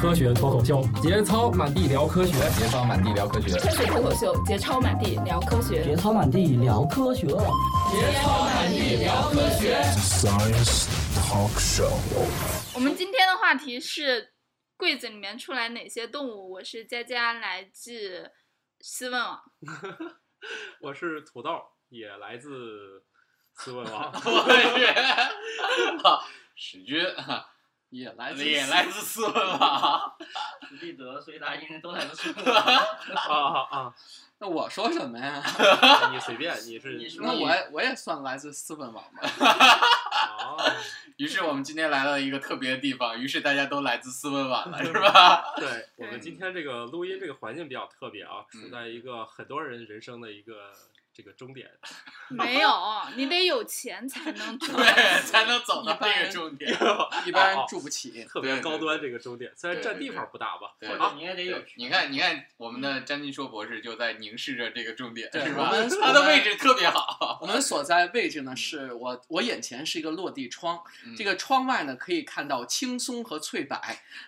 科学脱口秀，节操满地聊科学，节操满地聊科学，科学脱口秀，节操满地聊科学，节操满地聊科学，节操满地聊科学。 Science Talk Show。我们今天的话题是柜子里面出来哪些动物？我是佳佳，来自思问 网。我是土豆，也来自思问 网。我史军也来自也来自斯文网，史蒂德、所以大家都来自斯文网。啊啊啊！ 那我说什么 呀？你随便，你是那我我也算来自斯文网吧。哦于是我们今天来到一个特别的地方，于是大家都来自斯文网了，是吧？ 对我们今天这个录音这个环境比较特别啊，嗯处在一个很多人人生的一个。这个终点没有，你得有钱才能 对，才能走到那个哦终点，啊一般人住不起。啊特别高端这个终点，虽然占地方不大 吧，对啊，你也得有。你看，你看，我们的詹金硕博士就在凝视着这个终点，是吧？他的位置特别好。我们所在位置呢，是我我眼前是一个落地窗，这个窗外呢可以看到青松和翠柏。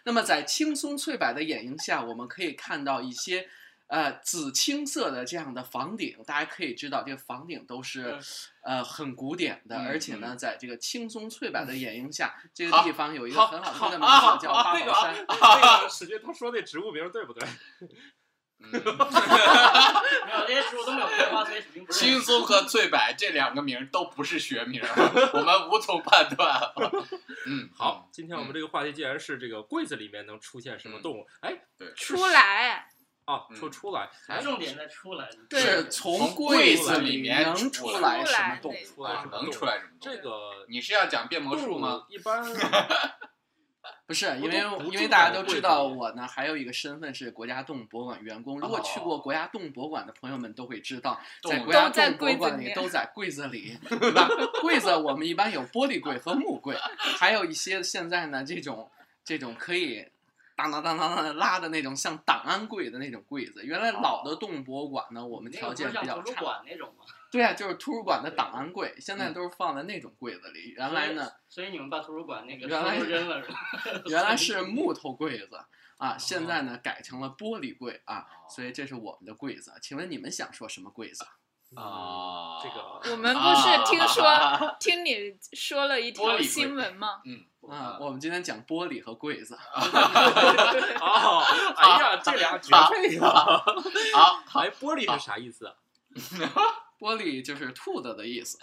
那么在青松翠柏的掩映下，我们可以看到一些。呃，紫青色的这样的房顶，大家可以知道，这个房顶都是，呃，很古典的，而且呢，在这个青松翠柏的掩映下，这个地方有一个很好听的名字叫八宝山。那个史军他说那植物名对不对？没有，这些植物都没有开花，所以青松和翠柏这两个名都不是学名，我们无从判断。嗯，嗯好，今天我们这个话题既然是这个柜子里面能出现什么动物，哎，出来。啊，出出来，重点在出来，是从柜子里面能出来什么动物？出来什么啊能出来什么？这个你是要讲变魔术吗？一般不是，因为因为大家都知道我呢，还有一个身份是国家动物博物馆员工。如果去过国家动物博物馆的朋友们都会知道，在国家哦动物博物馆里都在柜子里，对吧？柜子我们一般有玻璃柜和木柜，还有一些现在呢这种这种可以。当当当当当拉的那种像档案柜的那种柜子，原来老的动物博物馆呢，我们条件比较差。馆那种吗？对嗯啊，就是图书馆的档案柜，现在都是放在那种柜子里。原来呢，所以你们把图书馆那个原来扔了是吧？ 原来是木头柜子啊，现在呢改成了玻璃柜啊，所以这是我们的柜子。请问你们想说什么柜子？啊，这个我们不是听说听你说了一条新闻 吗？嗯啊，我们今天讲玻璃和柜子。 哦，哎呀，这俩绝配啊！啊，哎，玻璃是啥意思？玻璃就是兔子的意思。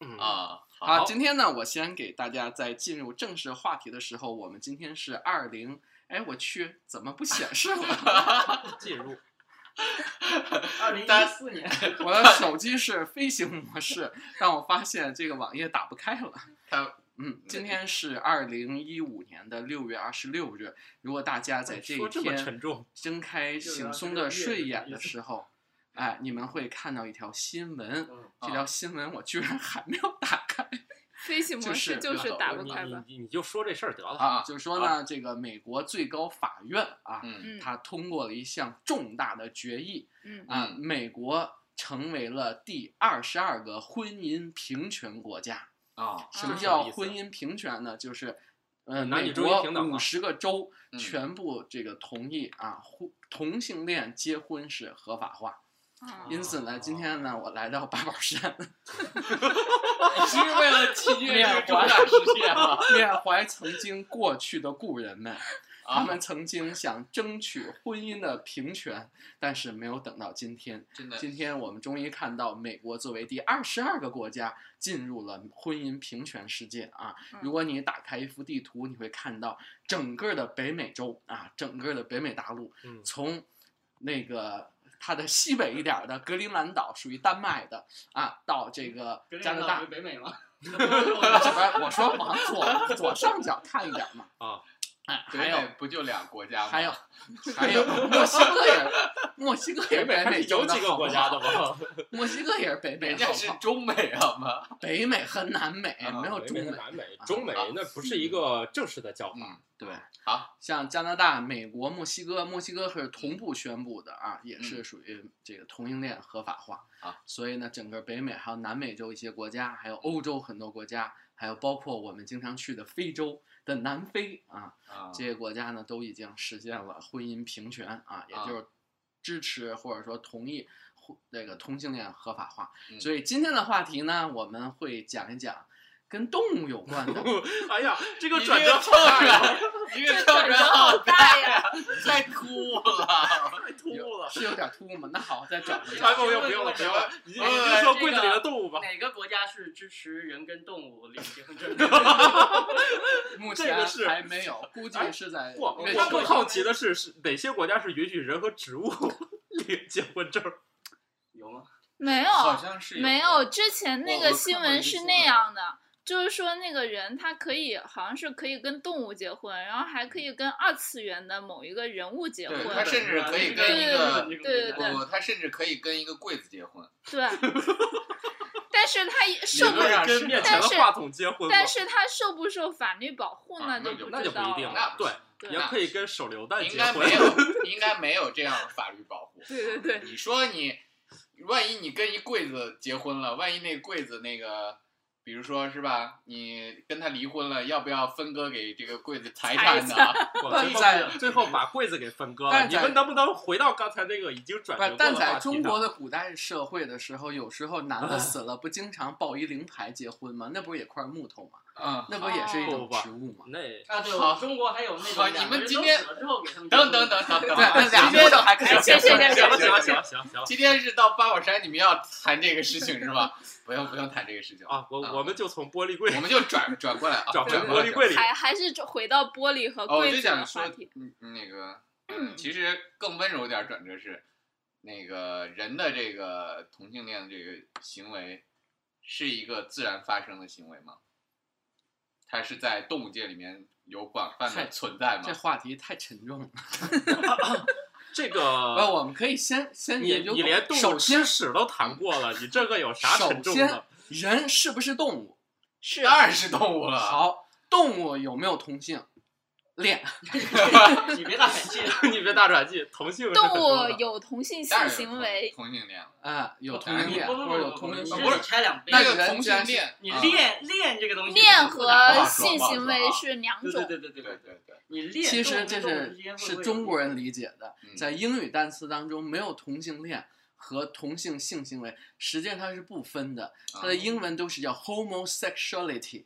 嗯啊，好，今天呢，我先给大家在进入正式话题的时候，我们今天是二零，哎，我去，怎么不显示了？进入。二零一四年，我 的手机是飞行模式，但我发现这个网页打不开了。它嗯，今天是二零一五年的六月二十六日。如果大家哎在这一天睁开惺忪的睡眼的时候，哎，你们会看到一条新闻。这条新闻我居 然还没有打开。飞行模式就是打不开吧？啊你你就说这事儿得了啊！就说呢，这个美国最高法院啊，嗯嗯它通过了一项重大的决议，嗯啊，美国成为了第二十二个婚姻平权国家啊。什么叫婚姻平权呢？就是，呃，美国五十个州嗯全部这个同意啊，同性恋结婚是合法化。啊啊因此呢，今天呢，我来到八宝山，你 是为了纪念缅怀事件吗？缅怀曾经过去的故人们，啊他们曾经想争取婚姻的平权，但是没有等到今天。真的，今天我们终于看到美国作为第二十二个国家进入了婚姻平权世界啊！如果你打开一幅地图，你会看到整个的北美洲啊，整个的北美大陆，从那个。它的西北一点的格陵兰岛属于丹麦的啊，到这个加拿大。北美吗？什么？我说往左左上角看一点嘛。啊，哎，还北有美不就俩国家吗？还有还有墨西哥也，墨西哥也是北美有几个国家的 吗？墨西哥也是北美， 人家是中美好吗？北美和南美啊没有中美，啊南美中美那不是一个正式的叫法。对，嗯好，像加拿大、美国、墨西哥，墨西哥是同步宣布的啊，也是属于这个同性恋合法化嗯啊。所以呢，整个北美还有南美洲一些国家，还有欧洲很多国家还有包括我们经常去的非洲的南非啊，啊这些国家呢都已经实现了婚姻平权啊，也啊就是支持或者说同意婚这个同性恋合法化。嗯所以今天的话题呢，我们会讲一讲跟动物有关的哎呀，这一个个转折跳转，一个跳转好大 呀，太突兀了。太突兀了。是有点突兀吗？那好，再转 回哎，来。不不用不用了，不用了，你你就哎说这柜子里个的动物吧。哪个国家是支持人跟动物领结婚证？目这前个是还没有，估计哎是在不，我月那球更个好奇的是，是哪些国家是允许人和植物 领结婚证？有吗？没好有，像是没有，之前那我个我新看过一闻个是新那闻样的，就是说那个人他可以好像是可以跟动物结婚，然后还可以跟二次元的某一个人物结婚对，他甚至可以跟一个对对不不，他甚至可以跟一个柜子结婚，对。但是他也受不论上跟是面的前的但是话筒结婚吗？但是他受不受法律保护那啊那就就不那就知不一道定那了。不对是，对你也可以跟手榴弹应结该婚没。 有，应该没有这样的法律保护。 对对对，你说你，万一你跟一柜子结婚了，万一那柜子那个，比如说是吧，你跟他离婚了，要不要分割给这个柜子财产呢？我最在后最后把柜子给分割了，但你在们能不能回到刚才那个已经转不折，过但的话在题中呢国的古代社会的时候，有时候男的死了，不经常抱一灵牌结婚吗？那不是也块木头吗？嗯，那不也是一不种不不植物吗？那啊，对，好我中国还有那好种两个你们人今都天死了之后给他们结等婚等等等等，对，哦那俩今天木头还可以哎结行行婚。行行了行行行了行行了行了行了今天是到八宝山，你们要谈这个事情是吧？不用不用谈这个事情，啊！我啊我们就从玻璃柜我们就转转过来啊， 转回转过玻来璃转柜里。还还是回到玻璃和哦，我柜就子的想说话题。，嗯，那个，呃其实更温柔点儿转折是，那个人的这个同性恋的这个行为，是一个自然发生的行为吗？它是在动物界里面有广泛太的存在这吗？话题太沉重了。这不，个呃我们可以先先呃你研究你动物。连动物首先吃屎都谈过了，你这个有啥沉首重先的？，人是不是动物？是当然是动物了。，好，动物有没有同性恋？你别大喘气，你别大转进，同性是很动多的物有同性当性然有行同为，同性恋了。啊，有同哎性你恋不或者有不不同不，性你啊不不这是是得拆两倍那那个个人同既然性是恋，你啊练练这个东西，恋和啊性行为是两对对种。对对对对对对对，对对，你练其实动物这跟动是物之间会不是会有中国人理解的，嗯在英语单词当中没有同性恋。和同性性行为，实际上它是不分的，它的啊英文都是叫 homosexuality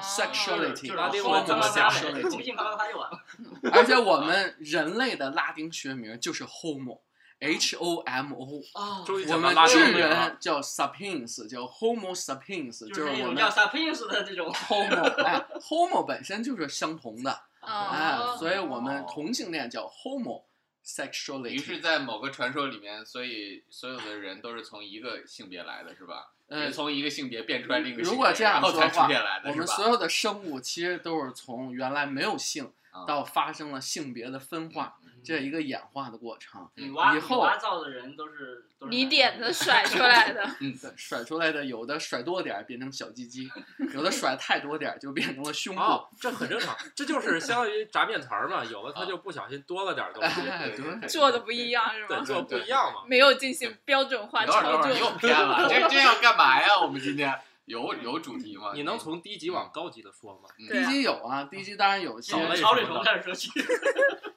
哦就，sexuality，啊是拉丁文怎么讲 同 homosexuality，性啪啪啪就完了。而且我们人类的拉丁学名就是 homo，h o m o，哦终于我讲到们拉丁智文了。人叫 sapiens，叫 homo sapiens，啊就是是那我种们叫 sapiens 的这种 homo，哎，homo 本身就是相同的，哎哦，所以我们同性恋叫 homo sexuality。于是，在某个传说里面，所以所有的人都是从一个性别来的，是吧？呃是，从一个性别变出来另一个性如别，果这样然后说的才话出现来的，我们是吧所有的生物其实都是从原来没有性啊到发生了性别的分化，这一个演化的过程。女嗯娲以女后娲造的人都是都是你男的点子甩出来的，嗯对，甩出来的有的甩多点儿变成小鸡鸡，有的甩太多点儿就变成了胸部。哦，这很正常，这就是相当于炸面团儿嘛，有的他就不小心多了点儿东西，哎，对，做的不一样是对，吗？做不一样嘛。没有进行标准化等会儿等操会儿你作。又偏了，这这要干嘛呀？我们今天有有主题吗？你能从低级往高级的说吗？ 对低啊级有啊，低级当然有些种从类草履虫开始说起，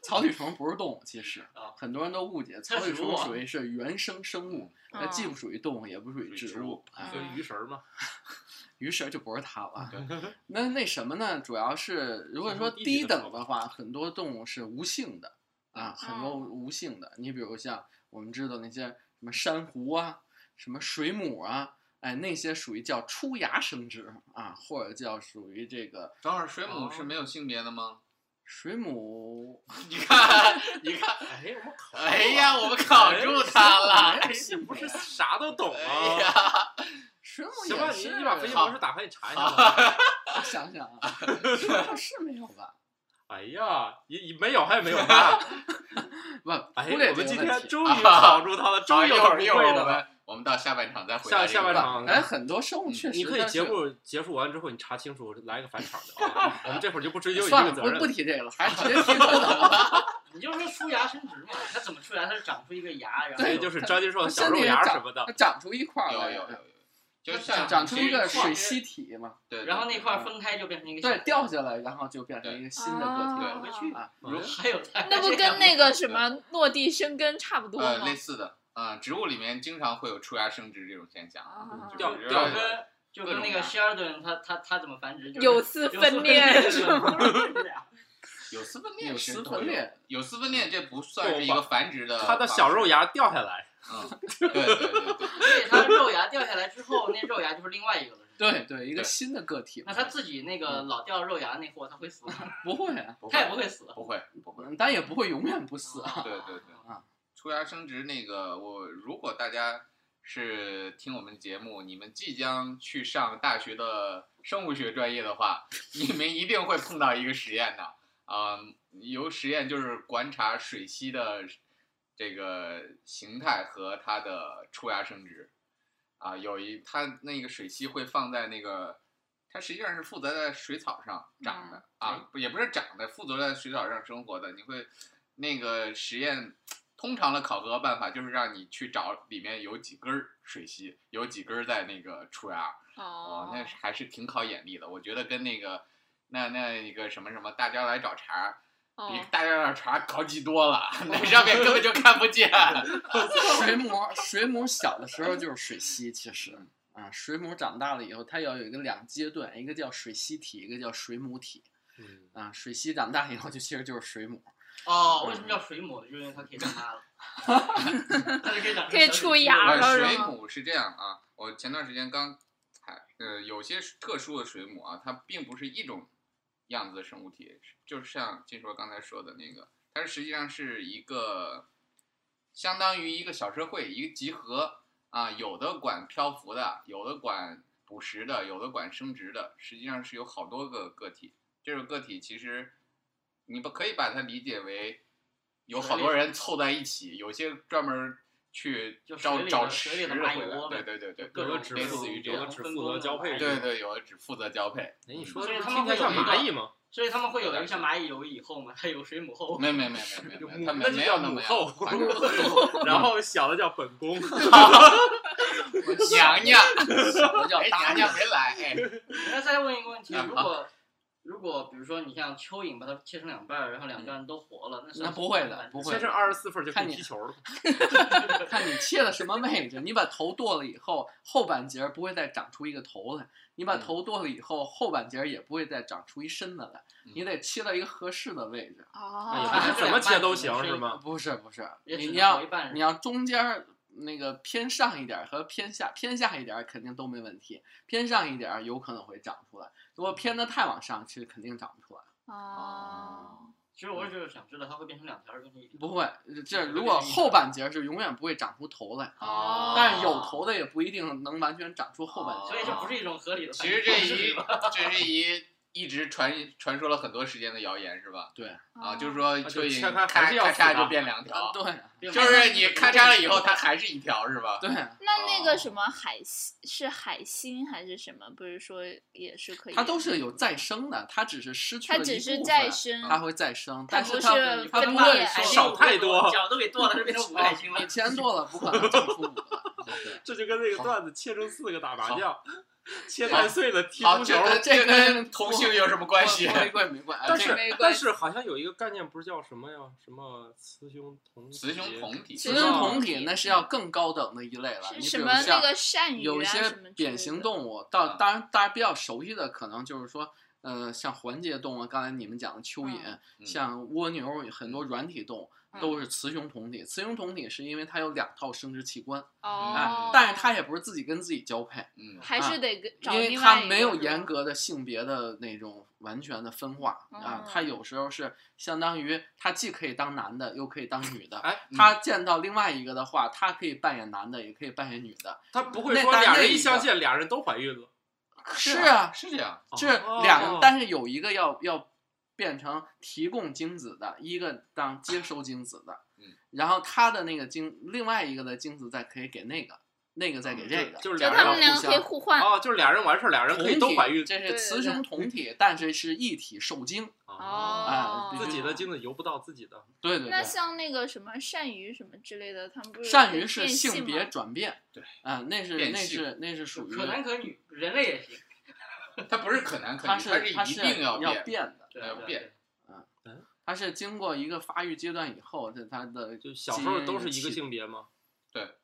草履虫不是动物，其实啊很多人都误解，它草是履植物虫啊属于是原生生物，它既不嗯，属于动物，也不属于属于植植物物。哎就鱼食儿嘛，鱼食就不是它了。那那什么呢？主要是如果相说当低级低的等动物的话，很多动物是无性的啊，很多哦无性的。你比如像我们知道那些什么珊瑚啊、什么水母啊，哎，那些属于叫出芽生殖啊，或者叫属于这个等会儿水母是没有性别的吗？水母。 你看，你看，哎，我考，哎呀，，我们考住他了。哎，你不是啥都懂哎吗？呀，水母行吧，也你是，你把培训博士打牌，你查一下吧。我想想 啊，水母是没有吧？哎呀，也也没有，还有没有吧？不，哎，忽略我们这个今问天题终于考住他了，终好，于一有会儿不一会儿会我的了。们我们到下半场再哎回下答这下个半话场，题。哎，很多生物嗯确实，你可以但结是束结束完之后，你查清楚，来个返场的啊。我们这会儿就不追究你这算个了，责任不了不。提这个了，还是直接提到了。你就说出芽生殖嘛，它怎么出芽？它是长出一个芽，然后哎这就是张金硕的它小身肉体芽长什么的它。长出一块儿有来有有了。有，就长像长出一个其实水吸体嘛，对，对然后那块儿分开就变成一个对，小掉下来，然后就变成一个新的个体对了回去啊。嗯如还有它那不这样跟那个什么落地生根差不多呃吗类？似的啊、植物里面经常会有出芽生殖这种现象啊，啊就是掉就跟就跟那个各种 Sheldon 他他他怎么繁殖？就是有丝分裂是 吗？吗？有丝分裂，有丝分裂，有丝分裂，这不算是一个繁殖的方式，它的小肉芽掉下来，嗯，对对对对，所以它肉芽掉下来之后，那肉芽就是另外一个了。是对吧对，一个对新的个体嘛。那它自己那个老掉肉芽那货，它会死吗？不会啊，不它也会不会死。不会不会，嗯但也不会永远不死 啊。对对对啊，出芽生殖那个，我如果大家是听我们节目，你们即将去上大学的生物学专业的话， 你们一定会碰到一个实验的啊、有实验就是观察水螅的这个形态和它的出芽生殖啊、有一它那个水螅会放在那个。它实际上是附着在水草上长的、啊，不也不是长的，附着在水草上生活的。你会那个实验通常的考核办法就是让你去找里面有几根儿水螅，有几根儿在那个出芽。哦，那是还是挺考眼力的。我觉得跟那个那那一个什么什么大家来找茬儿，比哦，大家来找茬儿高级多了， 那上面根本就看不见。水母，水母小的时候就是水螅，其实啊，水母长大了以后，它要有一个两阶段，一个叫水螅体，一个叫水母体嗯，啊。水螅长大以后就其实就是水母，哦，为什么叫水母？就是因为它可以长 大了，它就可以 长成可以小出水螅芽了了是哎水吗母是这样啊，我前段时间刚采，呃，有些特殊的水母啊，它并不是一种样子的生物体，就是像金说刚才说的那个，它实际上是一个相当于一个小社会，一个集合啊，有的管漂浮的，有的管捕食的，有的管生殖的，实际上是有好多个个体。这种个体其实你不可以把它理解为有好多人凑在一起，有些专门去就水找里的找水里食的回蚂蚁窝来，呗对对对对，各有种的只类负似于这有的样。只负责交配，对对，有的只负责交配，哎，你说的所以这他听们起来像会有一个蚂蚁吗？所以他们会有一个像蚂蚁有蚁后嘛，它有水母后。没有没有没有没有没有，那他们就没叫有那母么后样反正然后小的叫本宫，娘娘，我叫哎大娘娘没来，哎，那再问一个问题，啊如果如果比如说你像蚯蚓把它切成两半儿，然后两半都活了，那嗯算那不会的不会切成二十四份就可看以你踢球了。看你切了什么位置，你把头剁了以后，后半截儿不会再长出一个头来；你嗯把头剁了以后，后半截儿也不会再长出一身子来。嗯你得切到一个合适的位置。哎哦，呀， 怎么切都行是吗？不是不是，也你只你能活要一半你人。要中间儿那个偏上一点儿和偏下偏下一点儿肯定都没问题，偏上一点儿有可能会长出来，如果偏的太往上，其实肯定长不出来。哦，其实我就是想知道它会变成两条儿，变成一条儿。不会，这如果后半截儿是永远不会长出头来，哦但是有头的也不一定能完全长出后半截儿。哦所以这不是一种合理的其繁殖方实这式。一 是吧这是一一直传传说了很多时间的谣言是吧？对啊，就是说就蚯蚓切开咔还是要咔死嚓的就变两条，对就是你咔嚓了以 后，它还是一条是吧？啊对，那那哦个什么海星是海星还是什么？不是说也是可以？嗯它都是有再生的，它只是失去它了只一是部再分生，它会再生，它但不是是它分它不裂会海说少太多脚都给剁了，就变成五个海星了 你。钱多了不可 能长出五 个。这就跟那个段子切成四个打麻将，切太碎了踢好，足这球。跟这跟跟同性有什么关系？玫瑰玫瑰，但这是没关但系是好像有一个概念不是叫什么呀？什么雌雄同体雌雄同体，雌雄雄同同体体那是要更高等的一类了。是你比什如么那像个鳝鱼有一啊些什么之类扁的啊形动物，到嗯当然大家比较熟悉的可能就是说，呃，像环节动物，刚才你们讲的蚯蚓，嗯像蜗牛，很多软体动物嗯都是雌雄同体。雌雄同体是因为它有两套生殖器官，哦哎，，但是它也不是自己跟自己交配，嗯，还啊是得跟找因为另它外一没个有是吧严格的性别的那种完全的分化啊哦，它有时候是相当于它既可以当男的，又可以当女的。哎，它见到另外一个的话，它可以扮演男的，也可以扮演女的。他不会那说但俩那人一一相个见，俩人都怀孕了。是啊，是这样，这哦两个，但是有一个要要变成提供精子的，一个当接收精子的嗯，然后他的那个精，另外一个的精子再可以给那个，那个再给这个，嗯就是就俩他人们两要个可以互相。互换。哦，就是俩人完事儿，俩人同可体以都怀孕，这对是雌雄同体，但是是一体受精。哦哎，自己的精子游不到自己的，对对那对，像那个什么鳝鱼什么之类的，他们不是鳝可以鱼是变性吗别转变，对啊，那是变那性是那是属于可男可女，人类也行。它不是可男可它女，它是它一定要要变。变的，对要对变对它是经过一个发育阶段以后，这它的就小时基候因都是一个起性别吗？对，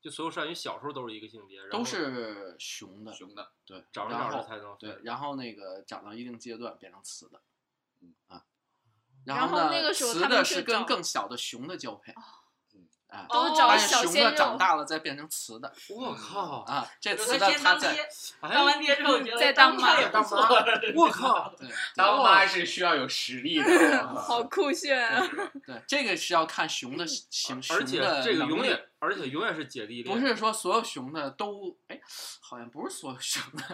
就所有鳝鱼小时候都是一个性别，然后都是雄的，雄的，对，长着然长着后才能对，然后那个长到一定阶段变成雌的，嗯啊，然后呢，那个时候雌他们的是是跟找更小的雄的交配，啊，都哦找但是小雄鲜的肉长，大了再变成雌的我靠，啊，这就雌的是他先当它在爹，当哎，完爹之后觉得哎再当当妈也不错。我靠，对当妈是需要有实力 的。好酷炫啊！对，这个是要看熊的形，熊而且的这个能永力远，而且永远是姐弟恋，不是说所有熊的都，哎，好像不是所有熊的。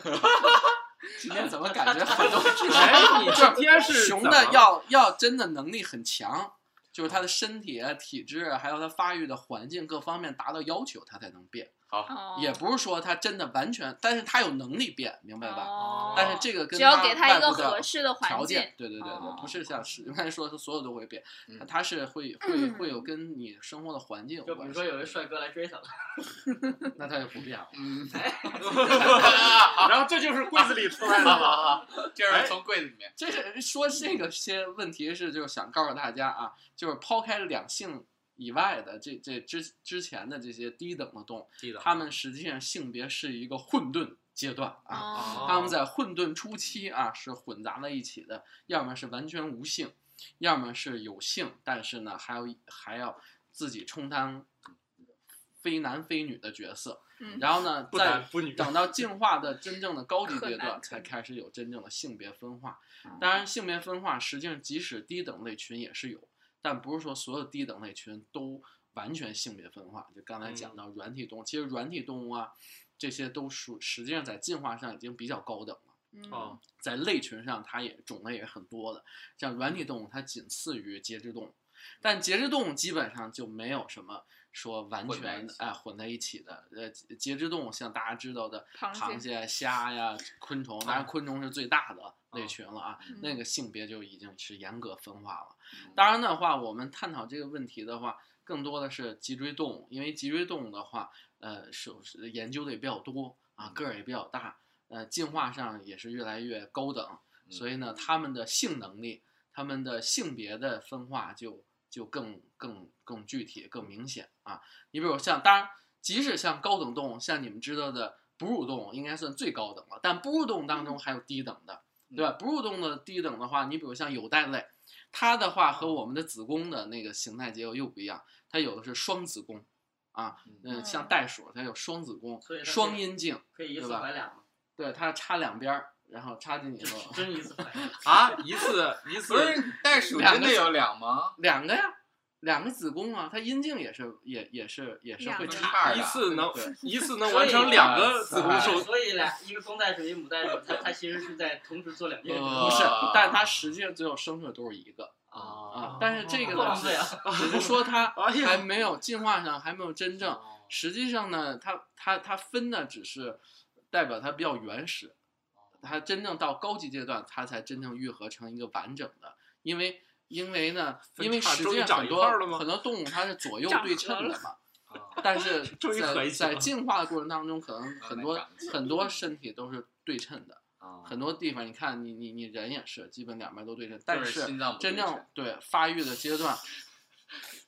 今天怎么感觉很多哎，你今天是熊怎的 么要要真的能力很强，就是它的身体啊、体质，还有它发育的环境各方面达到要求，它才能变。哦也不是说它真的完全，但是它有能力变，明白吧？哦但是这个跟只要它给外一个部的合适的条环境件，，对对对对，不哦是像是刚才说的所有都会变，嗯它它是会会会有跟你生活的环境有 就比关如说系，有一帅哥来追小了，那它就不变了。嗯，然后这就是柜子里出来的吗？哎就是从柜子里面，这是说这个些问题是就是想告诉大家啊，就是抛开两性以外的这这之之前的这些低等的动物， 记得它们实际上性别是一个混沌阶段啊，哦它们在混沌初期啊是混杂在一起的，要么是完全无性，要么是有性，但是呢还要还要自己充当非男非女的角色，嗯然后呢不在男不女，等到进化的真正的高级可阶难段，可哦才难开始有真正的性别分化。当然，性别分化实际上即使低等类群也是有，但不是说所有低等类群都完全性别分化。就刚才讲嗯到软体动物，其实软体动物啊，这些都属实际上在进化上已经比较高等了。哦嗯，在类群上，它也种类也很多的。像软体动物，它仅次于节肢动物，但节肢动物基本上就没有什么说完混在全一起哎混在一起的。呃，节肢动物像大家知道的螃螃蟹蟹、虾呀、昆虫，当然昆虫是最大的类嗯群了啊，嗯那个性别就已经是严格分化了嗯。当然的话，我们探讨这个问题的话，更多的是脊椎动物，因为脊椎动物的话，呃，是是研究的也比较多啊，个儿也比较大，呃，进化上也是越来越高等，嗯所以呢，它们的性能力、它们的性别的分化就就更更更具体、更明显啊。你比如像，当然，即使像高等动物，像你们知道的哺乳动物，应该算最高等了，但哺乳动物当中还有低等的，对吧？嗯哺乳动物的低等的话，你比如像有袋类，它的话和我们的子宫的那个形态结构又不一样，它有的是双子宫，啊，嗯嗯，像袋鼠它有双子宫所以、它是双阴茎，可以一对次吧怀两嘛，对，它插两边儿，然后插进你头， 真一次怀两。啊，一次一次不是袋鼠真的有两吗？两个呀，两个子宫啊，它阴茎也是也也是也是会两个插，二一的次能对 一 次能完成两个子宫手手术，哎所以俩一个公袋鼠，一个母袋鼠，它它其实是在同时做两件事。不是，但它实际上最后生出来都是一个啊哦，但是这个不呢浪，费啊！ 只是说它 哎呀还没有进化上还没有真正。哦实际上呢，它它它分的只是代表它比较原始，它真正到高级阶段，它才真正愈合成一个完整的。因为因为呢，分因为叉实终于际上长很一块儿多了吗很多动物它是左右长对合称的了嘛，啊但是 终于合在一起在了进化的过程当中，可能很多慢慢长起来很嗯多身体都是对称的，啊很多地方你看你你你人也是，基本两边都对称，就但是是心脏不真对正称对发育的阶段，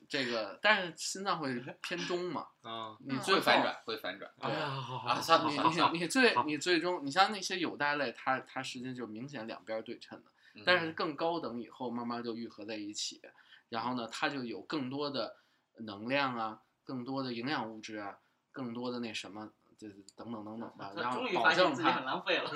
这个但是心脏会偏中嘛，啊你嗯最会后反转，会反转。哎呀，好好啊，好， 算了你算了算了你你最你最终你像那些有袋类，它它实际上就明显两边对称的，嗯但是更高等以后慢慢就愈合在一起，然后呢，它就有更多的能量啊，更多的营养物质啊，更多的那什么，就是等等等等 吧，然它后终于保发证现自己它很浪费了，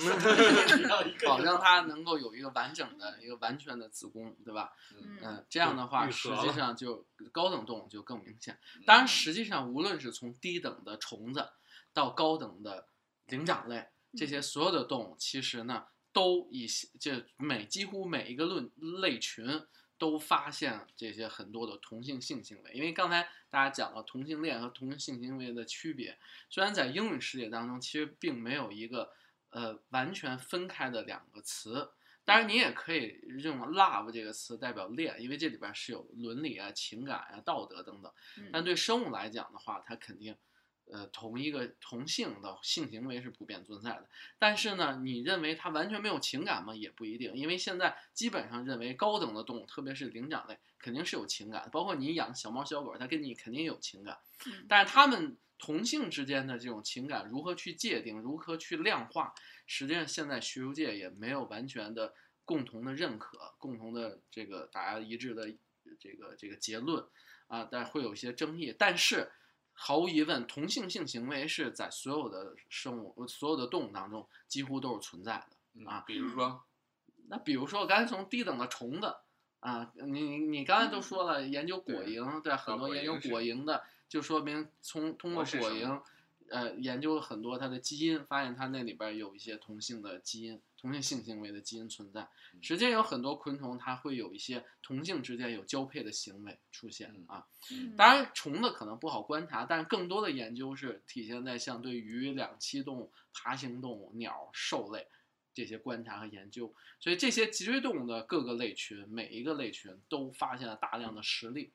保证它能够有一个完整的一个完全的子宫，对吧？嗯嗯，这样的话，愈实合际了上就高等动物就更明显。嗯当然，实际上无论是从低等的虫子到高等的灵长类，这些所有的动物，其实呢，都以这每几乎每一个论类群都发现这些很多的同性性行为。因为刚才大家讲了同性恋和同性性行为的区别，虽然在英语世界当中其实并没有一个呃完全分开的两个词。当然，你也可以用 “love” 这个词代表恋，因为这里边是有伦理啊、情感啊、道德等等。嗯但对生物来讲的话，它肯定，呃，同一个同性的性行为是普遍存在的。但是呢，你认为它完全没有情感吗？也不一定，因为现在基本上认为高等的动物，特别是灵长类，肯定是有情感的。包括你养小猫小狗，它跟你肯定有情感。嗯但是它们同性之间的这种情感如何去界定，如何去量化，实际上现在学术界也没有完全的共同的认可，共同的这个大家一致的这个这个结论啊，但会有一些争议。但是毫无疑问，同性性行为是在所有的生物、所有的动物当中几乎都是存在的。啊嗯，比如说，那比如说，我刚才从低等的虫子啊，你你你刚才都说了，研究果嗯对蝇，对，很搞多果研究蝇是果蝇的，就说明从通过我是果什么蝇，呃，研究了很多它的基因，发现它那里边有一些同性的基因，同性性行为的基因存在。嗯实际上有很多昆虫，它会有一些同性之间有交配的行为出现嗯啊。嗯当然，虫子可能不好观察，但是更多的研究是体现在像对鱼、两栖动物、爬行动物、鸟、兽类这些观察和研究。所以，这些脊椎动物的各个类群，每一个类群都发现了大量的实例。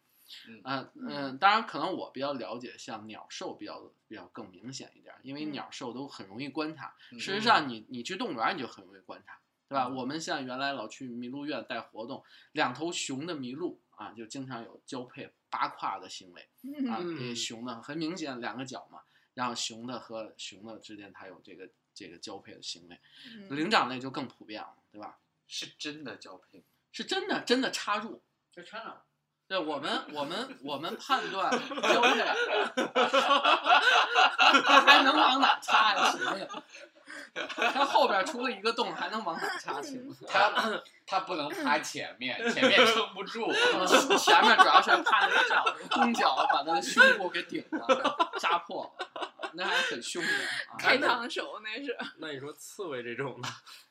嗯嗯嗯，当然，可能我比较了解，像鸟兽比较比较更明显一点，因为嗯鸟兽都很容易观察。嗯事实上你，你去动物园你就很容易观察，对嗯吧？我们像原来老去麋鹿院带活动，两头雄的麋鹿啊，就经常有交配八胯的行为啊，嗯因为雄的很明显两个角嘛，然后雄的和雄的之间它有这个这个交配的行为，嗯嗯灵长类就更普遍了，对吧？是真的交配吗，是真的真的插入，这穿哪儿？对我们，我们，我们 判断交配，它还能往哪插呀？请问，它后边出了一个洞，还能往哪插？请问，它它不能趴前 面，前面撑不住。前面主要是怕那个脚弓脚把它的胸部给顶了，扎破了，那还很凶的开啊。膛手那 是，那你说刺猬这种的，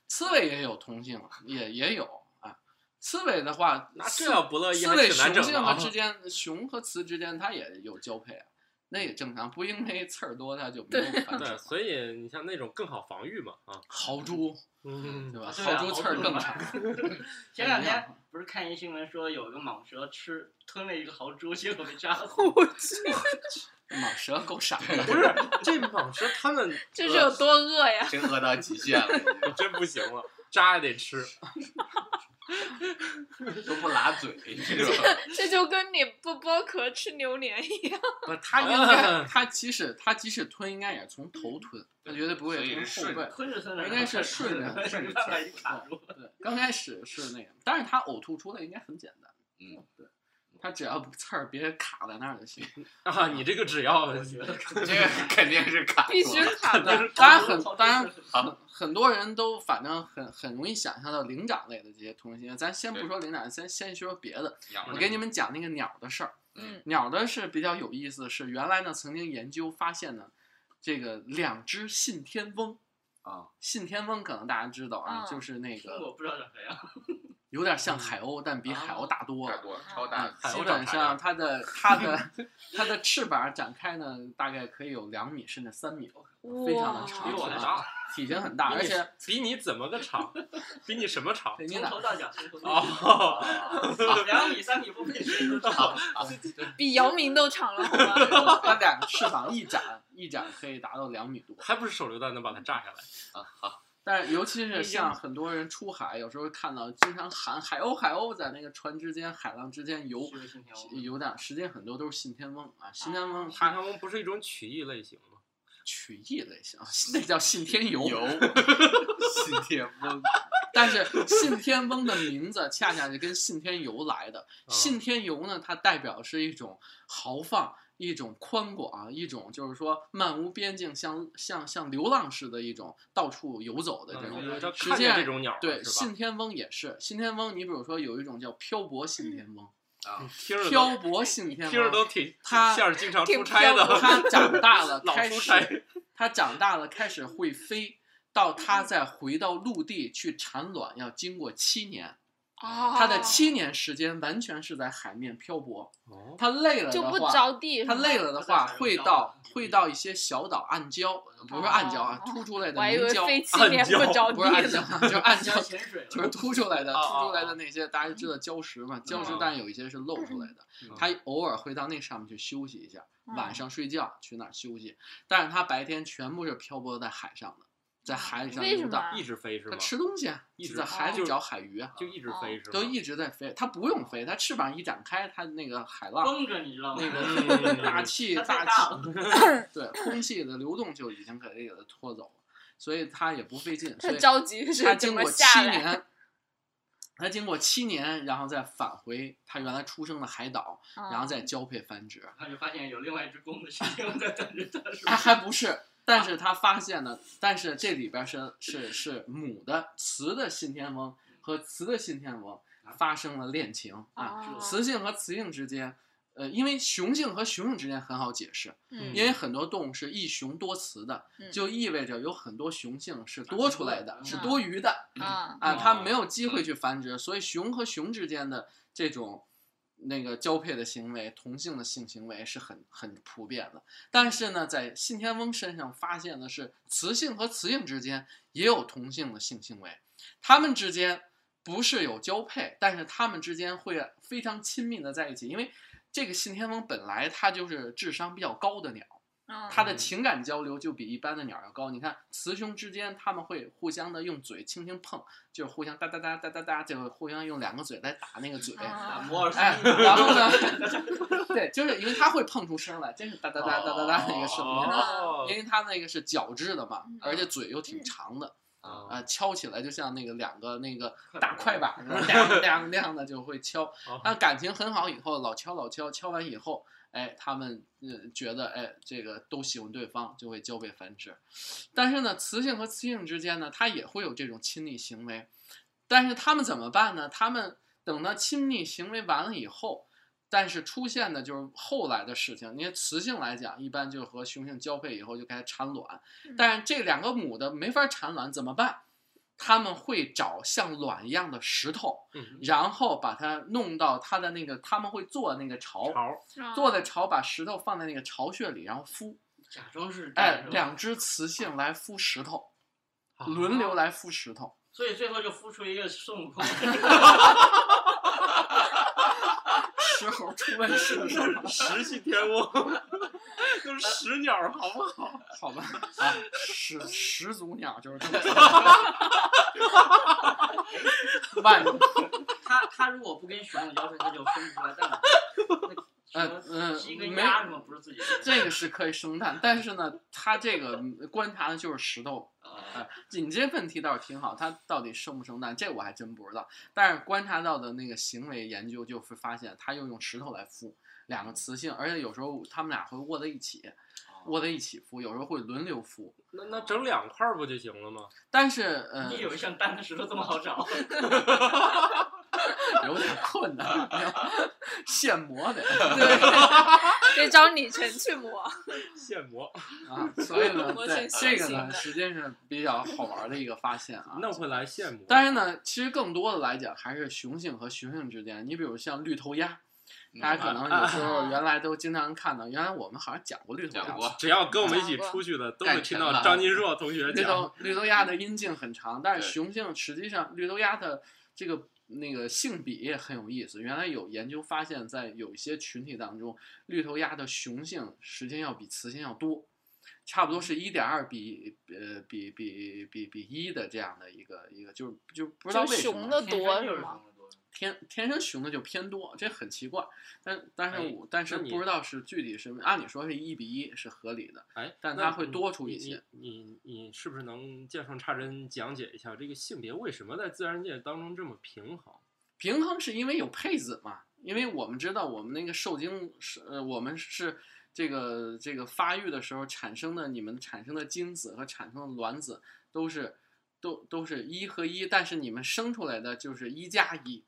刺猬也有同性，也也有啊。刺猬的话，那这要不乐意刺呃还猬挺难雄整的性和啊。之间，雄和雌之间它也有交配啊，那也正常，不因为刺儿多它就没有繁殖对，嘛。所以你像那种更好防御嘛啊，豪猪嗯对，吧？对啊豪猪刺儿更长。 前两啊天不是看一新闻说有一个蟒蛇吃吞了一个豪猪，结果被杀了。蟒蛇够傻的，不是这蟒蛇它们这是有多饿呀？真饿到极限了，已经真不行了，渣也得吃。都不拉嘴，这 种这就跟你不剥壳吃榴莲一样。不，它应该，它即使它即使吞，应该也是从头吞，它绝对不会所以从是后顺背着。吞着吞着，应该是顺着顺顺着着嗯办法就卡住了。对，刚开始是那个，但是它呕吐出来应该很简单。嗯，对，它只要刺儿别卡在那儿就行。啊，你这个只要这个肯定是卡住了，必须卡当的。然当然很，当然很很多人都反正很很容易想象到灵长类的这些同性，咱先不说灵长，咱先说别的。咬嗯着我给你们讲那个鸟的事儿。嗯，鸟的是比较有意思，是原来呢曾经研究发现呢，这个两只信天翁，啊，信天翁可能大家知道啊，嗯就是那个我不知道长啥样。有点像海鸥，但啊比海鸥大多太了。多超啊大，，海基鸥长本啥样上 它的它的它的翅膀展开呢，大概可以有两米甚至三米，非常的哇长，比我还啊大，体型很大，而且比你怎么个 长？比你什么长？对你从哪头到 脚，从头到哦，脚，两米三米不比谁都啊长。比姚明都长了，好 吗？它两个翅膀一展一展可以达到两米多，还不是手榴弹能把它炸下来？但是尤其是像很多人出海，有时候看到经常喊海鸥海鸥，在那个船之间、海浪之间游是个信条嗯游荡，实际上很多都是信天翁啊，信天翁海它棠翁不是一种曲艺类型吗？曲艺类型， 啊那叫信天游。 油，信天翁，但是信天翁的名字恰恰是跟信天游来的。嗯信天游呢，它代表是一种豪放。一种宽广，一种就是说漫无边境，像像像流浪似的一种到处游走的这种嗯，要实看际见上这种鸟了对，是吧信？天翁也是信天翁。你比如说有一种叫漂泊信天翁，啊，嗯听着都漂泊信天翁，听着都挺它像是经常出挺差漂的，它 长大了，老开出 差始它长大了开始会飞，到它再回到陆地去产卵要经过七年。哦，他的七年时间完全是在海面漂泊。哦，他累了的就不话，着地，他累了，了的不在话海上会漂到泊会到一些小岛暗礁，不是暗礁啊，哦凸出来的我还以为凝飞礁，七年不着地不是暗呢。礁，就是暗像礁 潜水了就是凸出来的，哦哦凸出来的那些，大家知道礁石嘛？礁石，但有一些是露出来的。嗯他偶尔会到那上面去休息一下，嗯晚上睡觉去那儿休息，但是他白天全部是漂泊在海上的，在海里上啊为什游荡。么一直飞是他吗？吃东西啊，一就直在海里就找海鱼啊，就一直飞是吗？都一直在飞。它不用飞，它翅膀一展开，它那个海浪、风筝，你知道吗？那嗯个大气、它大太大气了，对空气的流动就已经可以给它拖走了，所以它也不费劲。他所以着急是他怎经么过下七来？年，他经过七年，然后再返回他原来出生的海岛，然后嗯再交配繁殖。他就发现有另外一只公的事情在等着他，是他 吧？还不是，但是他发现呢，但是这里边是是是母的雌的信天翁和雌的信天翁发生了恋情啊，哦雌性和雌性之间。呃，因为雄性和雄性之间很好解释，嗯因为很多动物是一雄多雌的，嗯就意味着有啊很多雄性是多出来的，嗯是多余的，啊啊，哦它没有机会去繁殖，所以熊和熊之间的这种那个交配的行为，同性的性行为是很很普遍的。但是呢，在信天翁身上发现的是，雌性和雌性之间也有同性的性行为，它们之间不是有交配，但是它们之间会非常亲密的在一起，因为这个信天翁本来它就是智商比较高的鸟。嗯它的情感交流就比一般的鸟要高。你看，雌雄之间它们会互相的用嘴轻轻碰，就是互相哒哒哒哒哒哒，就互相用两个嘴来打那个嘴。打啊摩尔斯 密哎，码然后呢？对，就是因为它会碰出声来，真是哒哒哒哒哒哒那个声音，哦因为它那个是角质的嘛嗯，而且嘴又挺长的，哦啊，敲起来就像那个两个那个大快板似的，亮亮亮的就会敲。那感情很好以后，老敲老敲，敲完以后，哎，他们呃觉得哎这个都喜欢对方，就会交配繁殖。但是呢，雌性和雌性之间呢，它也会有这种亲密行为，但是他们怎么办呢？他们等到亲密行为完了以后。但是出现的就是后来的事情，因为雌性来讲，一般就是和雄性交配以后就开始产卵，但是这两个母的没法产卵，怎么办？他们会找像卵一样的石头，嗯然后把它弄到它的那个，他们会做那个巢，巢做的巢，把石头放在那个巢穴里，然后孵，假装是哎，战士吧啊两只雌性来孵石头，轮流来孵石 头。所以最后就孵出一个孙悟 空，石猴出问世了是 吗？十系天翁，就是十鸟，好不好？好吧，啊，始始祖鸟就是这么 说的。万种，他他如果不跟熊交配，他就分不出来蛋来。那嗯什么嗯鸡，跟没鸭什么不是自己的？这个是可以生蛋，但是呢，它这个观察的就是石头啊你这问题倒是挺好，它到底生不生蛋，这我还真不知道。但是观察到的那个行为研究就会发现，它又用石头来孵嗯两个雌性，而且有时候它们俩会窝在一起，哦窝在一起孵，有时候会轮流孵。那那整两块儿不就行了吗？但是呃你，以为像蛋的石头这么好 找？有点困难，没有现 磨的得找李晨去磨。现磨啊，所以呢，我对是这个新呢，的实际是比较好玩的一个发现啊。弄回来现磨，当然呢，其实更多的来讲还是雄性和雄性之间。你比如像绿头鸭，嗯大啊家可能有时 候原来都经常看到，原来我们好像讲过绿头讲鸭。过，只要跟我们一起出去的，都会听到张金硕同学 绿讲头绿头鸭的阴茎很长，但是对雄性实际上绿头鸭的这个那个性比也很有意思。原来有研究发现，在有一些群体当中，绿头鸭的雄性时间要比雌性要多，差不多是一点二比呃比比比比一的这样的一个一个，就是就不知道为就什雄么的天多生就是是吗？熊的多天天生雄的就偏多，这很奇怪。但但是哎我、但是那你不知道是具体是，按理说是一比一是合理的。哎，但那它会你多出一你些你你你是不是能见缝插针讲解一下这个性别为什么在自然界当中这么平衡？平衡是因为有配子嘛？因为我们知道我们那个受精是呃我们是这个这个发育的时候产生的你们产生的精子和产生的卵子都是都都是一和一，但是你们生出来的就是一加一。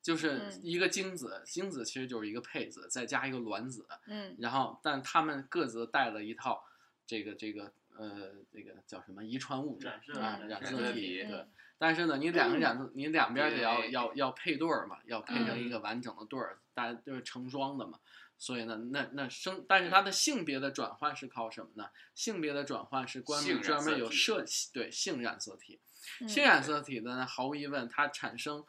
就是嗯一个精子，精子其实就是一个配子，再加一个卵子，嗯，然后但他们各自带了一套这个这个呃这个叫什么遗传物质染色啊体染染色色体体对嗯，但是呢，你两个两个，你两边儿得要对要要配对儿嘛，要配成一嗯个完整的对儿，大家都是成双的嘛。所以呢，那那生，但是它的性别的转换是靠什么呢？性别的转换是专性门染专门色有体设计对性染色体，嗯性染色体的呢，毫无疑问，它产生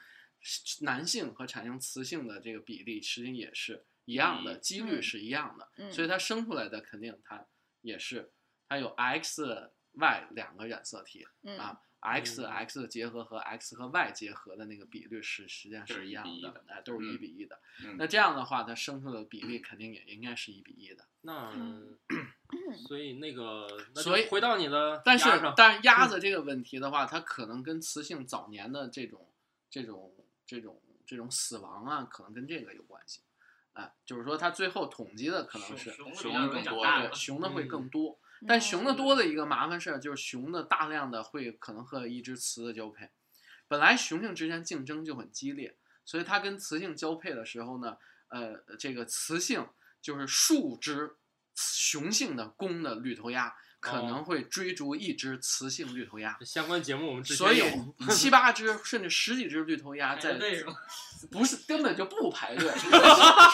男性和产生雌性的这个比例，实际也是一样的，几率嗯是一样的，嗯所以它生出来的肯定它也是，它有 X、Y 两个染色体嗯啊。X X 结合和 X 和 Y 结合的那个比率是实际上就是是一一样比一的的，哎，都是一嗯比一的。嗯那这样的话，它生出来的比 例肯定也应该是一比一的。那嗯所以那个，那就所以回到你的但是鸭上，但是鸭嗯子这个问题的话，它可能跟雌性早年的这种这种这种这种死亡啊，可能跟这个有关系。啊，就是说它最后统计的可能是熊熊的更多对熊的会更嗯多，嗯但熊的多的一个麻烦事儿就是雄的大量的会可能和一只雌的交配，本来雄性之间竞争就很激烈，所以它跟雌性交配的时候呢，呃，这个雌性就是数只雄性的公的绿头鸭可哦能会追逐一只雌性绿头鸭。相关节目我们之前所以有七八只甚至十几只绿头鸭在排哎队是吗？不是根本就不排 队，直接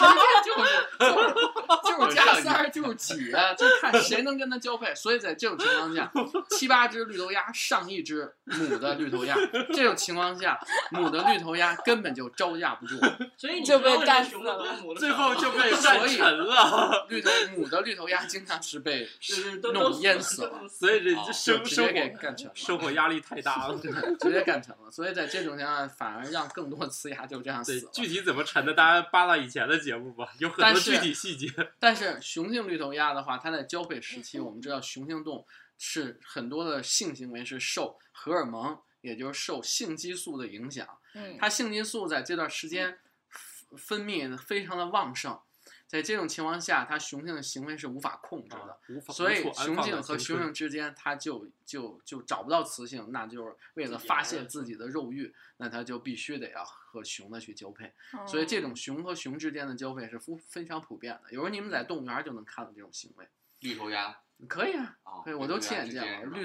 就是就是就是加三儿就是挤啊，就看谁能跟它交配。所以在这种情况下，七八只绿头鸭上一只母的绿头鸭，这种情况下，母的绿头鸭根本就招架不住，所以你就被知道为什么干死熊的多了母的最少后吗就被所战以沉了，绿头母的绿头鸭经常是被就是都弄淹死死了，所以啊这就生直接生给活干成了。生活压力太大 了。对，直接干成了，所以在这种情况下，反而让更多雌鸭就这样对死了，。具体怎么沉的，大家扒拉以前的节目吧，有很但多是具体细节。但是雄性绿头鸭的话，它在交配嗯时期，我们知道雄性动物是很多的性行为是受荷尔蒙，也就是受性激素的影响。嗯它性激素在这段时间分分泌得非常的旺盛，在这种情况下，它雄性的行为是无法控制的。啊无法所以无处安雄放性的和青雄春性之间，它就就就找不到雌性，那就是为了发泄自己的肉欲，那它就必须得要和雄的去交配。所以嗯这种熊和熊之间的交配是非非常普遍的，有时候你们在嗯动物园儿就能看到这种行为。绿头鸭可以啊，啊，可以，我都亲眼绿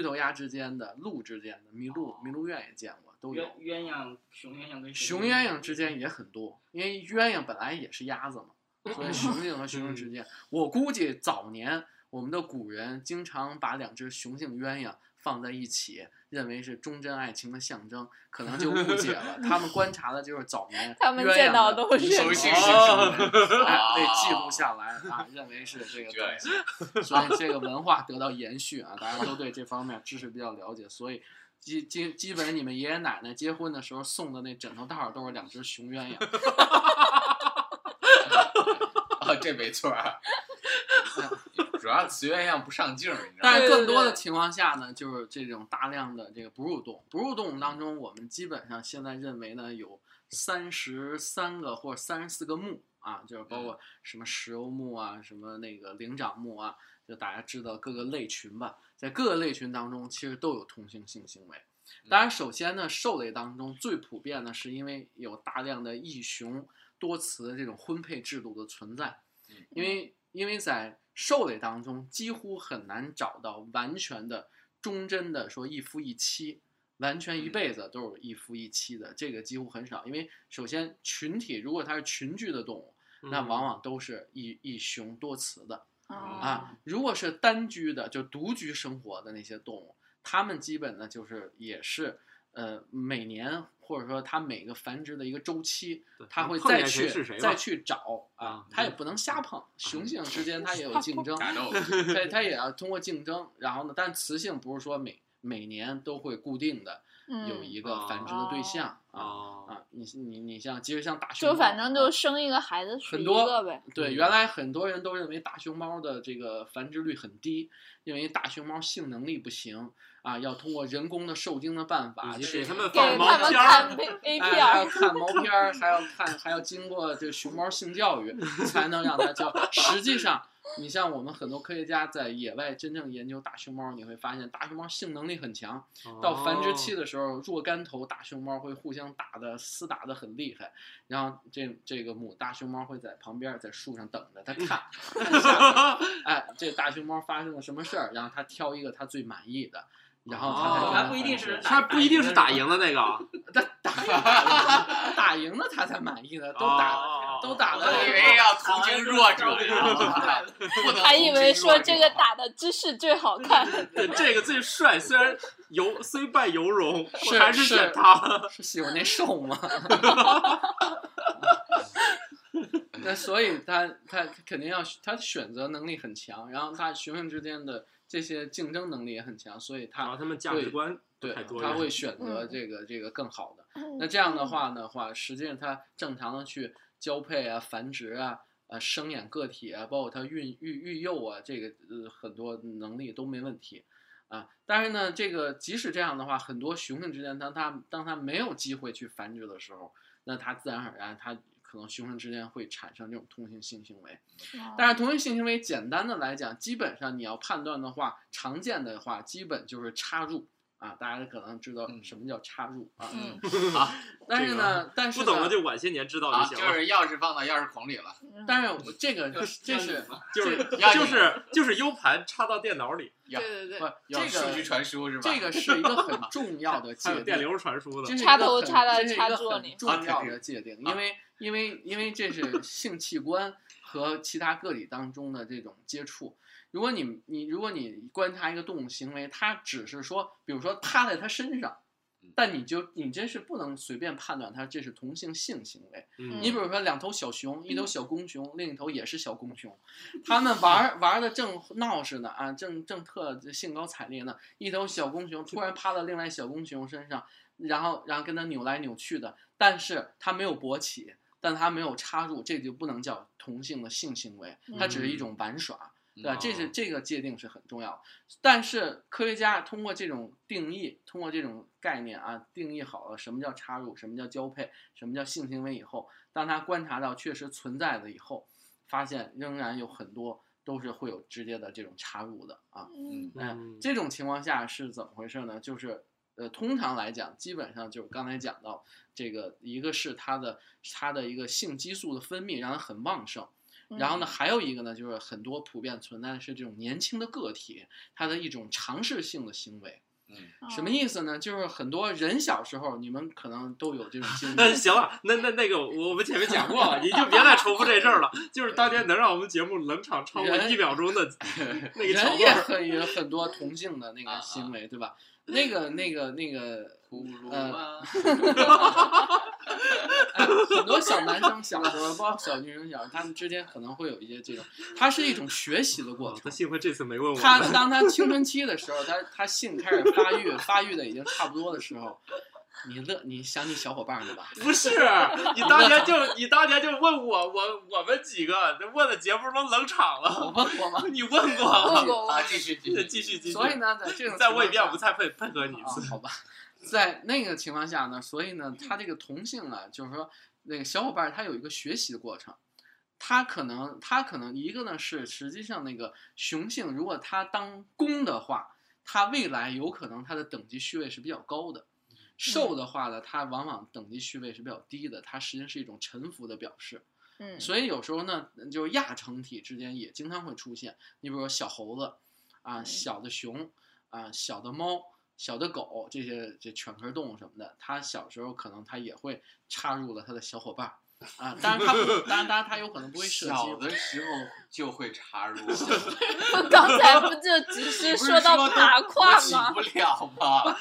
见过头鸭之间绿头鸭之间的、鹿之间的、麋鹿哦麋鹿鸳鸯也见过，都有 鸳。鸳鸯熊鸳鸯跟熊鸳鸯之间也很多，因为鸳鸯本来也是鸭子嘛，所以雄性和雄性之间，我估计早年我们的古人经常把两只雄性鸳鸯放在一起，认为是忠贞爱情的象征，可能就误解了。他们观察的就是早年 他们鸳见鸯到的都是熟悉性哦行为哎，啊被记录下来啊，认为是这个这样东西， 所以这个文化得到延续啊，大家都对这方面知识比较了解，所以基基基本你们爷爷奶奶结婚的时候送的那枕头套儿都是两只雄鸳鸯，啊，这没错儿。主要雌鸳鸯不上镜儿，你知道吗？但是更多的情况下呢，就是这种大量的这个哺乳动物，哺乳动物当中，我们基本上现在认为呢有三十三个或三十四个目啊，就是包括什么石欧目啊，什么那个灵长目啊，就大家知道各个类群吧，在各个类群当中，其实都有同性性行为。当然，首先呢，兽类当中最普遍的是因为有大量的异雄多雌的这种婚配制度的存在嗯，因为因为在兽类当中几乎很难找到完全的忠贞的说一夫一妻，完全一嗯辈子都是一夫一妻的，这个几乎很少。因为首先群体如果它是群居的动物，那嗯往往都是一一雄多雌的。啊，啊，如果是单居的，就独居生活的那些动物，它们基本呢就是也是呃每年或者说它每个繁殖的一个周期，对它会嗯碰再见谁去是谁再吧去找啊它也不能瞎碰，雄性之间它也有竞争， 打斗，对，它也要通过竞争。然后呢，但雌性不是说每每年都会固定的嗯有一个繁殖的对哦象啊，啊啊，你你你像其实像大熊就猫，反正就啊生一个孩子是很一多个呗，对，嗯原来很多人都认为大熊猫的这个繁殖率很低，因为大熊猫性能力不行啊，要通过人工的受精的办法以及去给他们给放给毛他们片看儿， A 哎，还要 P 看毛片儿，还要看，还要经过这熊猫性教育，才能让它交。实际上，你像我们很多科学家在野外真正研究大熊猫，你会发现大熊猫性能力很强，到哦繁殖期的的时候，若干头大熊猫会互相打的厮打的很厉害，然后这这个母大熊猫会在旁边在树上等着它看，看下面哎，这大熊猫发生了什么事儿，然后它挑一个它最满意的，然后他才哦跟还不一定反制是他不一定是打赢的那个 啊，但打赢打赢了他才满意的，都打哦都打我了。以为要同情弱啊者，然后 不能还以为说同情这弱个者打的姿势最好看，对这个最帅，虽然犹虽败犹荣，是我还是选他。是喜欢那瘦吗？ 那所以他他他肯定要他选择能力很强，然后他询问之间的这些竞争能力也很强，所以然他后他们价值观对太多他元会选择这个这个更好的。那这样的话的话，实际上它正常的去交配啊、繁殖啊、呃生养个体啊，包括它孕育育幼啊，这个呃很多能力都没问题啊。但是呢，这个即使这样的话，很多雄性之间，当它当它没有机会去繁殖的时候，那它自然而然它可能雄性之间会产生这种同性性行为。啊但是同性性行为简单的来讲，基本上你要判断的话，常见的话，基本就是插入啊，大家可能知道嗯什么叫插入啊。嗯，但是呢，但是不呢懂的就晚些年知道啊，行就了。是钥匙放到钥匙孔里了，但是我这个这是就是要就你是就是 U 盘插到电脑里，呀对对不对，这要数据个传输是吧？这个是一个很重要的还有界电定，流传输的这。是一插个头很插到这是一插个座很里重要啊的界定，因为因为因为这是性器官和其他个体当中的这种接触。如果你你如果你观察一个动物行为，它只是说，比如说趴在它身上，但你就你真是不能随便判断它这是同性性行为。嗯你比如说两头小熊，一头小公熊，另一头也是小公熊，他们玩儿玩的正闹似的啊，正正特兴高采烈呢。一头小公熊突然趴到另外小公熊身上，然后然后跟它扭来扭去的，但是它没有勃起，但它没有插入，这就不能叫同性的性行为，它只是一种玩耍。对吧？嗯这是这个界定是很重要的，但是科学家通过这种定义，通过这种概念啊，定义好了什么叫插入，什么叫交配，什么叫性行为以后，当他观察到确实存在了以后，发现仍然有很多都是会有直接的这种插入的啊。嗯哎嗯，这种情况下是怎么回事呢？就是呃，通常来讲，基本上就是刚才讲到这个，一个是它的它的一个性激素的分泌让它很旺盛，嗯然后呢，还有一个呢，就是很多普遍存在的是这种年轻的个体它的一种尝试性的行为。嗯，嗯什么意思呢？就是很多人小时候，你们可能都有这种经 那历。行了，那那那个我我们前面讲过了，你就别再重复这事儿了。就是当年能让我们节目冷场超过人一秒钟的 那个桥人也段，啊很有很多同性的那个行为，对吧？那个、那个、那个，葫芦呃娃，很多小男生小时候，包括小女生小时候，他们之间可能会有一些这种，它是一种学习的过哦他程。幸亏这次没问我他们。当他青春期的时候，他他性开始发育，发育的已经差不多的时候，你乐，你想起小伙伴了吧？不是，你当年就你当年就问我，我我们几个问的节目都冷场我了， 问过吗？你问过了，问过我啊，继续继续继续继续。所以呢，在这种再情问一遍，况我下们再配配合你一啊次。好吧，在那个情况下呢，所以呢，他这个同性啊，就是说那个小伙伴儿他有一个学习的过程，他可能他可能一个呢是实际上那个雄性，如果他当公的话，他未来有可能他的等级序位是比较高的。嗯受的话呢，它往往等级序位是比较低的，它实际上是一种臣服的表示。嗯 所以有时候呢，嗯就是亚成体之间也经常会出现，你比如说小猴子，啊，嗯小的熊，啊，小的猫。小的狗这些这犬科动物什么的，它小时候可能它也会插入了它的小伙伴儿 啊，当然它不，当然当然它有可能不会射小击，的时候就会插入， 刚才不就只是说到爬胯吗？不是说都勃起不了吗？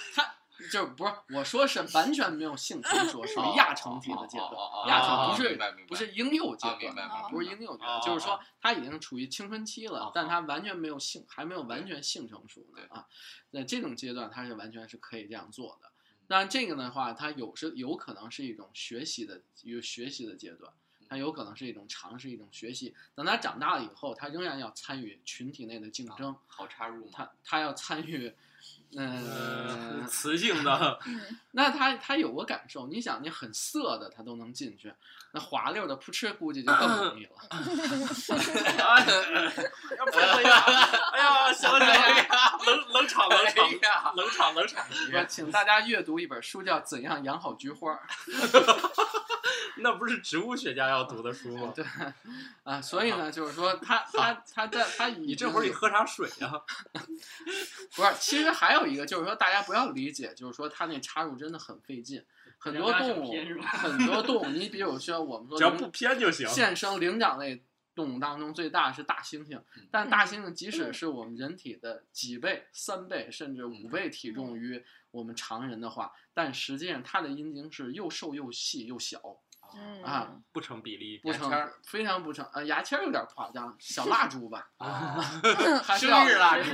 就是不是我说是完全没有性成熟，属哦于亚成体的阶段，亚成成不是明白哦明白不是婴幼阶啊，段明，白明白，不是婴幼期，就是说他已经处于青春期了，但他完全没有性，还没有完全性成熟呢对啊。那这种阶段，他是完全是可以这样做的。当然，这个的话，它有时有可能是一种学习的，有学习的阶段，它有可能是一种尝试，一种学习。等他长大了以后，他仍然要参与群体内的竞争，好插入吗？他他要参与，嗯、呃，雌性的，那他他有过感受，你想，你很色的他都能进去，那滑溜的扑哧估计就更容易了。哎呀，要配合一下。哎呀，行了行了，冷冷冷场冷场哎呀冷场冷场，我请大家阅读一本书，叫《怎样养好菊花》。那不是植物学家要读的书吗？对， 啊，所以呢，就是说 他他他在他你你这会儿你喝啥水呀？嗯不是，其实还有一个就是说，大家不要理解，就是说它那插入真的很费劲，很多动物两大小片是，吧 很多动物，你比如说 我们说只要灵不偏就行。现生灵长类动物当中最大是大猩猩，嗯但大猩猩即使是我们人体的几倍、三倍甚至嗯五倍体重于我们常人的话，但实际上它的阴茎是又瘦又细又小嗯啊，不成比例，不牙 成签儿非常不成呃牙签儿有点夸张，小蜡烛吧， 啊，还是生要日蜡烛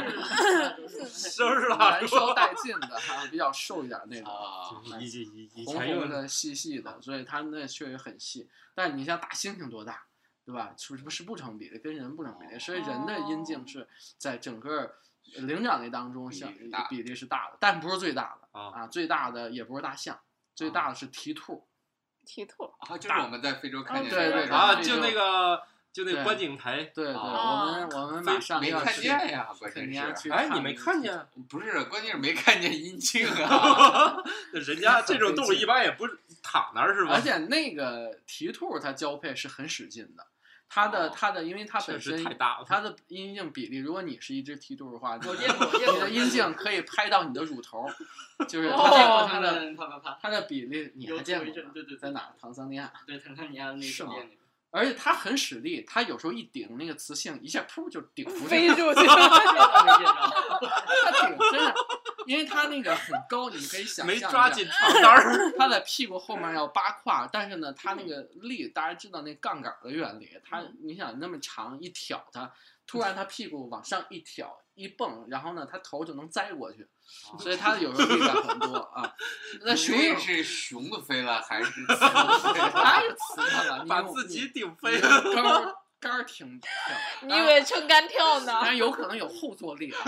生 日蜡燃烛 烧殆尽的，哈，比较瘦一点那种。啊，以以以以红前用红的、细细的，所以它那确实很细。但你像大猩猩多大，对吧？是不是不成比例，跟人不成比例？所以人的阴茎是在整个灵长类当中哦比像例是大哦的比例是大的，但不是最大的啊，啊。最大的也不是大象，最哦大的是蹄兔。提兔，啊，就是我们在非洲看嗯见对的对对那个啊，对就那个就那对个观景台，对对，啊我们我们马上没要看去见呀，关肯尼键亚是去。哎，你没看见？啊 不是，关键是没看见阴茎啊！人家这种动物一般也不躺那儿是吧？ 而且那个蹄兔它交配是很使劲的，它的哦它的，因为它确本实身太大了，它的阴茎比例，如果你是一只蹄兔的话，我你见过，我见过的阴茎可以拍到你的乳头，就是我它见见过过他它的们啪啪啪，它的比例，你有还见哦有过一阵吗对对对在哪儿？唐桑尼亚，对，他看你家那是酒吗店里，而且它很使力，它有时候一顶那个雌性，一下噗就顶出飞去了，入去，没见着，它顶真的，因为它那个很高，你可以想象没一下抓紧床单儿。它的屁股后面要八胯，但是呢，它嗯那个力，大家知道那杠杆的原理，它你想那么长一挑它，突嗯然它屁股往上一挑一蹦，然后呢，它头就能栽过去，哦所以它有时候力量很多 啊。 那熊也那是熊的飞了还是雌的飞 了？太瓷 它了，你把有自己顶你飞你，杆儿杆儿挺挺，你以为撑杆跳呢当？然有可能有后 坐力啊。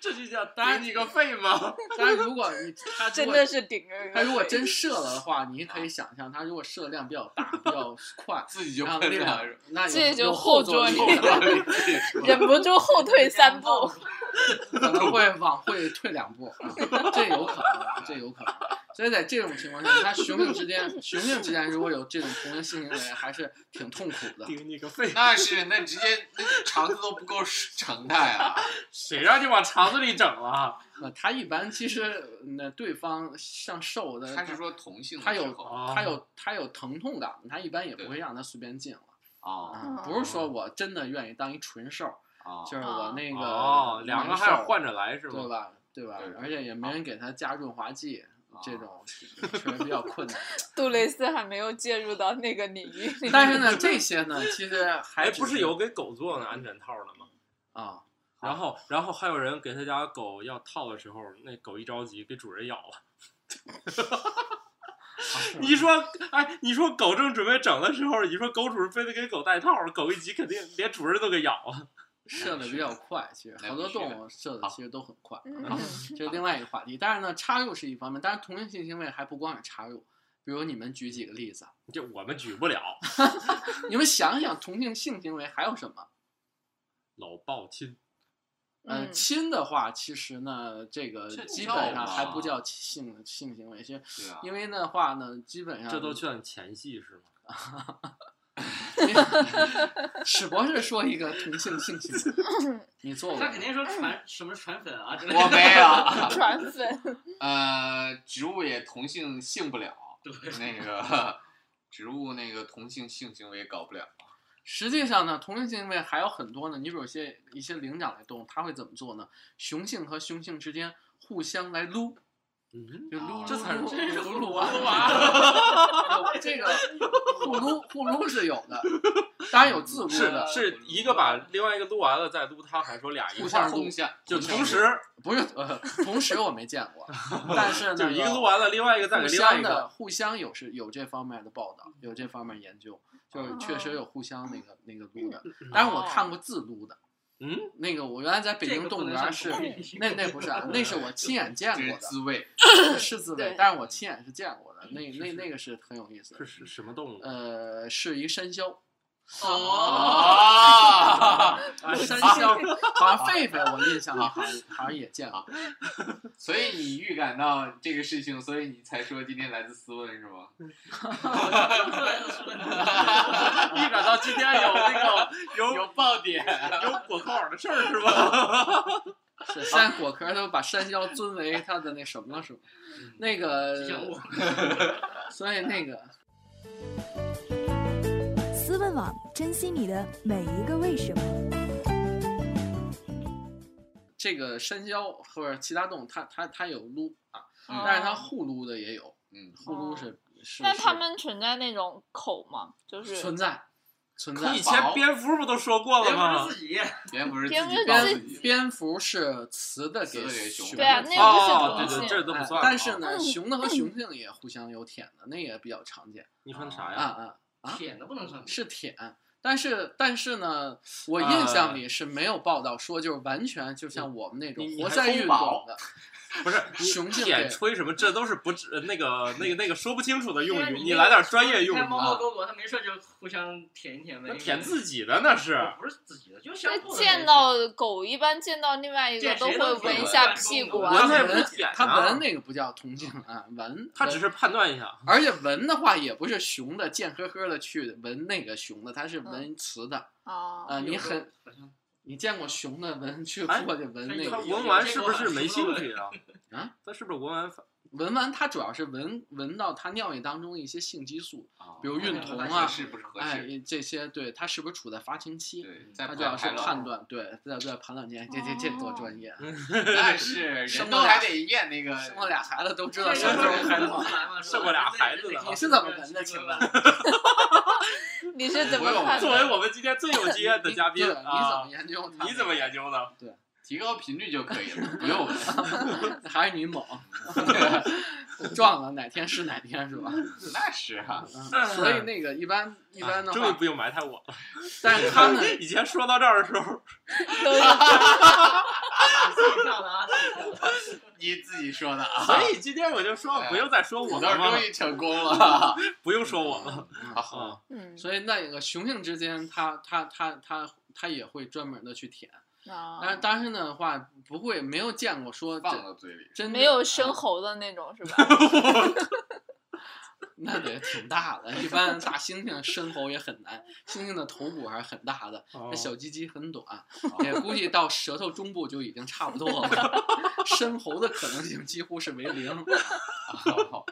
这就叫当然顶你个肺吗？当然，如果 你它如真果哎的是顶着一个它如 果真射了的话，你可以想象它如果射量比较大、比较快。自己就然后喷力量了，啊那有这就有后后坐力，力忍不住后退三步，可能会往会退两步， 啊这有可能，这有可能。所以在这种情况下，它雄性之间，雄性之间如果有这种同性性行为，还是挺痛苦的。顶你个肺！那是那直接那肠子都不够 盛啊的呀！谁让你往肠子里整啊了？呃，它一般其实那对方像瘦的，他是说同性的它时有哦 候它有它有疼痛感，它一般也不会让它随便进了哦啊啊。不是说我真的愿意当一纯瘦，啊，就是我那个哦，两个还难要受换着来是对吗？啊吧？对吧对？而且也没人给它加润滑剂，这种确实比较困 难。 杜蕾斯还没有介入到那个领域里。但是呢，这些呢，其实还哎，只不是有给狗做那安全套的吗？啊，然后，然后还有人给他家狗要套的时候，那狗一着急给主人咬了。啊 你说，哎，你说狗正准备整的时候，你说狗主人非得给狗戴套，狗一急肯定连主人都给咬了。 射的比较快，其实哎那好多必须的动物射的好其实都很快， 嗯这是另外一个话题。但是呢，插入是一方面，但是同性性行为还不光是插入。比如你们举几个例子啊，这我们举不了，你们想想同性性行为还有什么？老抱亲，呃，嗯亲的话，其实呢，这个这基叫本上还吗不叫性性行为，其实对啊，因为的话呢，基本上这都算前戏是吗？史博士说一个同性性行为，你做过吗？他肯定说传什么传粉啊之类 我的，没有， 传粉，呃，植物也同性性不了，对，那 个植物那个同性性行为搞不了。实际上呢，同性行为还有很多呢。你比如些一些灵长类动物，它会怎么做呢？雄性和雄性之间互相来撸，嗯，就撸哦撸这撸真是撸撸撸啊啊 有这个互撸互撸是有的，当然有自撸是的，是一个把另外一个撸完了再撸他，还说俩一互块相儿撸互相就互相同时不是呃，同时我没见 过，但是就呢，一个撸完了，另外一个再互给另外相一个。的互相有是有这方面的报道，有这方面研究，哦就是确实有互相那个那个撸的，嗯但是我看过自撸的。嗯，那个我原来在北这京个动不物能园算是同性那那不是啊，那是我亲眼见过这是的，自卫，是 自对卫，但是嗯我亲眼是见过的，那那那个是很有意思是什的。什么动物？呃，是一山魈，哦哦，啊，山山魈，好像狒狒，我印象里啊好像好像也见 过。 所以你预感到这个事情，所以你才说今天来自斯文是吗？预感到今天有那个有有爆点，有果壳儿的事儿是吧？是现在果壳都把山魈尊为他的那什么了，是吧？嗯那个吉，祥物。所以那个思问网珍惜你的每一个为什么。这个山魈或者其他动物，它它它有撸啊，哦嗯但是它互撸的也有， 嗯，互撸是是。哦那是他们存在那种口吗？就是存在存在以。前蝙蝠不都说过了蝙蝠 吗是？自己，蝙蝠是自蝙蝠己是自告自蝙己，蝙蝠是雌的雌的给雄雄的，的对啊，那哦，那个不对是对，同这性。都不哎算。啊但是呢，嗯雄的和雄性也互相有舔的，那也比较常见你说的啥啊呀？啊，啊舔都不能算。是舔。但是但是呢，我印象里是没有报道说就是完全就像我们那种呃你你活还塞风运动宝的，不是你雄性对舔吹什么，这都是不知那个那个那个说不清楚的用因为语，你你那来个点专业用你看语。啊猫猫狗狗，它没事就互相舔一舔呗。那舔自己的那是，不是自己的，就是相那互的见到狗一般见到另外一个见都会谁都闻一舔下吧屁股闻啊，它也闻不舔它啊闻那个不叫同性啊，闻他只闻是判断一下。而且闻的话也不是雄的贱呵呵的去闻那个雄的，它嗯是闻雌的哦啊啊，你很。好像你见嗯过熊的闻去哎过去闻那他个有有闻完这是个不吧是没什兴么都趣啊？ 啊？他是不是闻完反闻完，它主要是闻闻到它尿液当中的一些性激素，比如孕酮啊合适不是合哎适？，这些对它是不是处在发情期，对，在它主要是排卵判断对在在排卵间，这这这哦多专业啊！ 那是生人过都还俩得验那个，生过俩孩子都知这道个什么时 候排卵。孩生过俩孩子的你是怎么闻的请问你是怎么我有看作的？为我们今天最有经验的嘉宾你对你怎啊么，研究它？你怎么研究的？提高频率就可以 了，不用闻。究？还是 你猛？撞了哪天是哪天是吧？那是啊，嗯所以那个一般一般的终于话，不用埋汰 我了。但是他们以前说到这儿的时候，都是自己跳的啊，自己跳的你自己说的啊。所以今天我就说哎不用再说我土了豆嘛终，于成功 了，不用说我了。啊好，嗯所以那个雄性之间，它它它它它也会专门的去舔，但是啊，但是呢的话，不会没有见过说放真到嘴里。真的没有啊生猴的那种是吧？ 那得挺大的，一般大猩猩伸喉也很难，猩猩的头骨还是很大的，哦那小鸡鸡很短，也估计到舌头中部就已经差不多了，伸喉的可能性几乎是为零。 好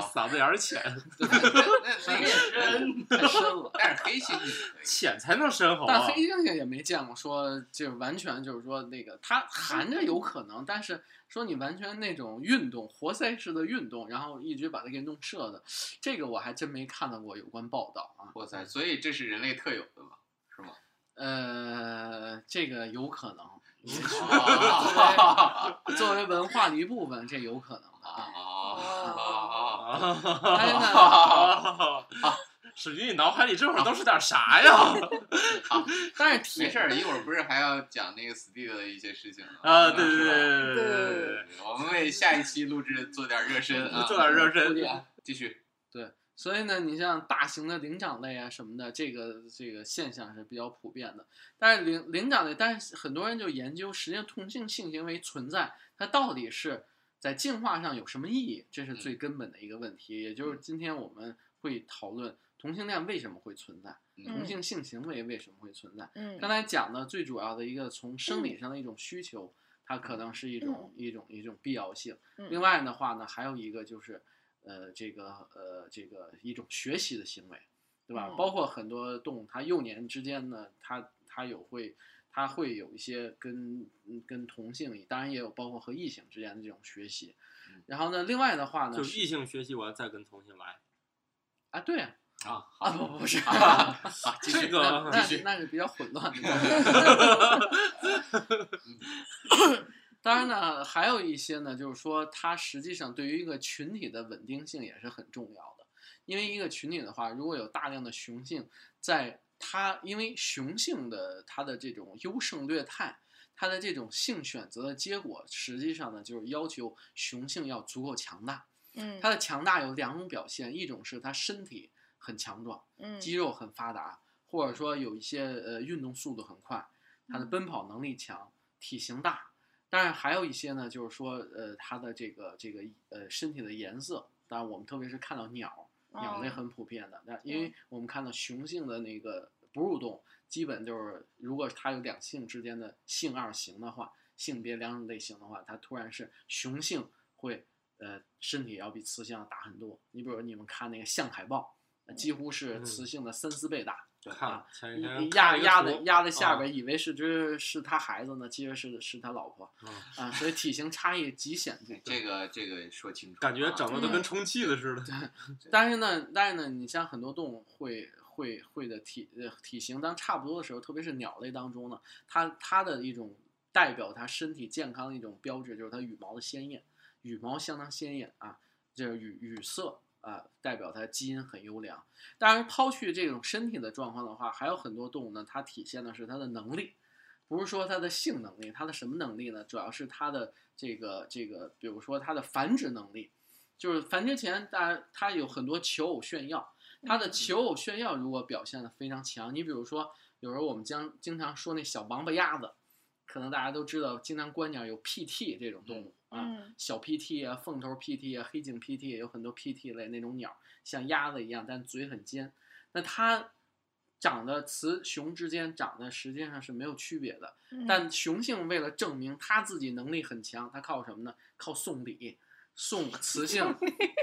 啊嗓子眼儿浅，那那个是，太深了。但是黑猩猩可以浅才能生猴但啊黑。猩猩也没见过说，就是完全就是说那个，它含着有可能，但是说你完全那种运动活塞式的运动，然后一直把它给弄射的，这个我还真没看到过有关报道啊。哇塞，所以这是人类特有的嘛，是 吗？呃，这个有可能，哦作为文化的一部分，这有可能的啊。哦但是呢，啊！史军，你脑海里这啊会儿都是点啥呀？但是体 没事儿，一会儿不是还要讲那个 Steve 的一些事情吗啊，对对是对吧对对对我们为下一期录制做点热身啊，对，做点热 身。继续。所以呢，你像大型的灵长类啊什么的，这个这个现象是比较普遍的。但是灵灵长类，但是很多人就研究，实际上同性性行为存在，它到底是在进化上有什么意义，这是最根本的一个问题。也就是今天我们会讨论同性恋为什么会存在，同嗯性性行为为什么会存在。嗯刚才讲的最主要的一个从生理上的一种需求，它可能是一种一种一种必要性。嗯另外的话呢，还有一个就是，呃，这个呃这个一种学习的行为，对吧？嗯包括很多动物，它幼年之间呢，它它有会。它会有一些跟嗯跟同性，当然也有包括和异性之间的这种学习嗯。然后呢，另外的话呢就是异性学习完再跟同性 来，啊，对啊，啊，啊不 不是，啊这那个那那是比较混乱的状态。 当然呢，还有一些呢，就是说它实际上对于一个群体的稳定性也是很重要的，因为一个群体的话，如果有大量的雄性在它，因为雄性的它的这种优胜劣汰。它的这种性选择的结果，实际上呢，就是要求雄性要足够强大。嗯它的强大有两种表现，一种是它身体很强壮，嗯肌肉很发达，或者说有一些呃运动速度很快，它的奔跑能力强，体型大。当然还有一些呢，就是说呃它的这个这个呃身体的颜色，当然我们特别是看到鸟，鸟类嗯很普遍的，但因为我们看到雄性的那个哺乳动物，基本就是如果它有两性之间的性二型的话，性别两种类型的话，它突然是雄性会呃身体要比雌性要大很多。你比如你们看那个象海豹，呃几乎是嗯雌性的三四倍大。看前几天嗯看压了一个压的图压在下啊边，以为是只是他孩子呢，其实是是他老婆嗯啊，所以体型差异极显著。这个这个说清楚啊，感觉整嗯的都跟充气的似的。但是呢，但是呢，你像很多动物会会会的体呃体型当差不多的时候，特别是鸟类当中呢，它它的一种代表它身体健康的一种标志就是它羽毛的鲜艳，羽毛相当鲜艳啊，这个羽羽色啊，代表它基因很优良。当然，抛去这种身体的状况的话，还有很多动物呢，它体现的是它的能力。不是说它的性能力，它的什么能力呢？主要是它的这个这个，比如说它的繁殖能力，就是繁殖前，大家它有很多求偶炫耀，它的求偶炫耀如果表现的非常强，你比如说，有时候我们将经常说那小王八鸭子，可能大家都知道，经常观鸟有 PT 这种动物啊，嗯小 PT 啊、凤头 PT 啊、黑颈 PT 有很多 PT 类那种鸟，像鸭子一样，但嘴很尖。那它长得雌雄之间长得实际上是没有区别的，嗯但雄性为了证明它自己能力很强，它靠什么呢？靠送礼，送雌性，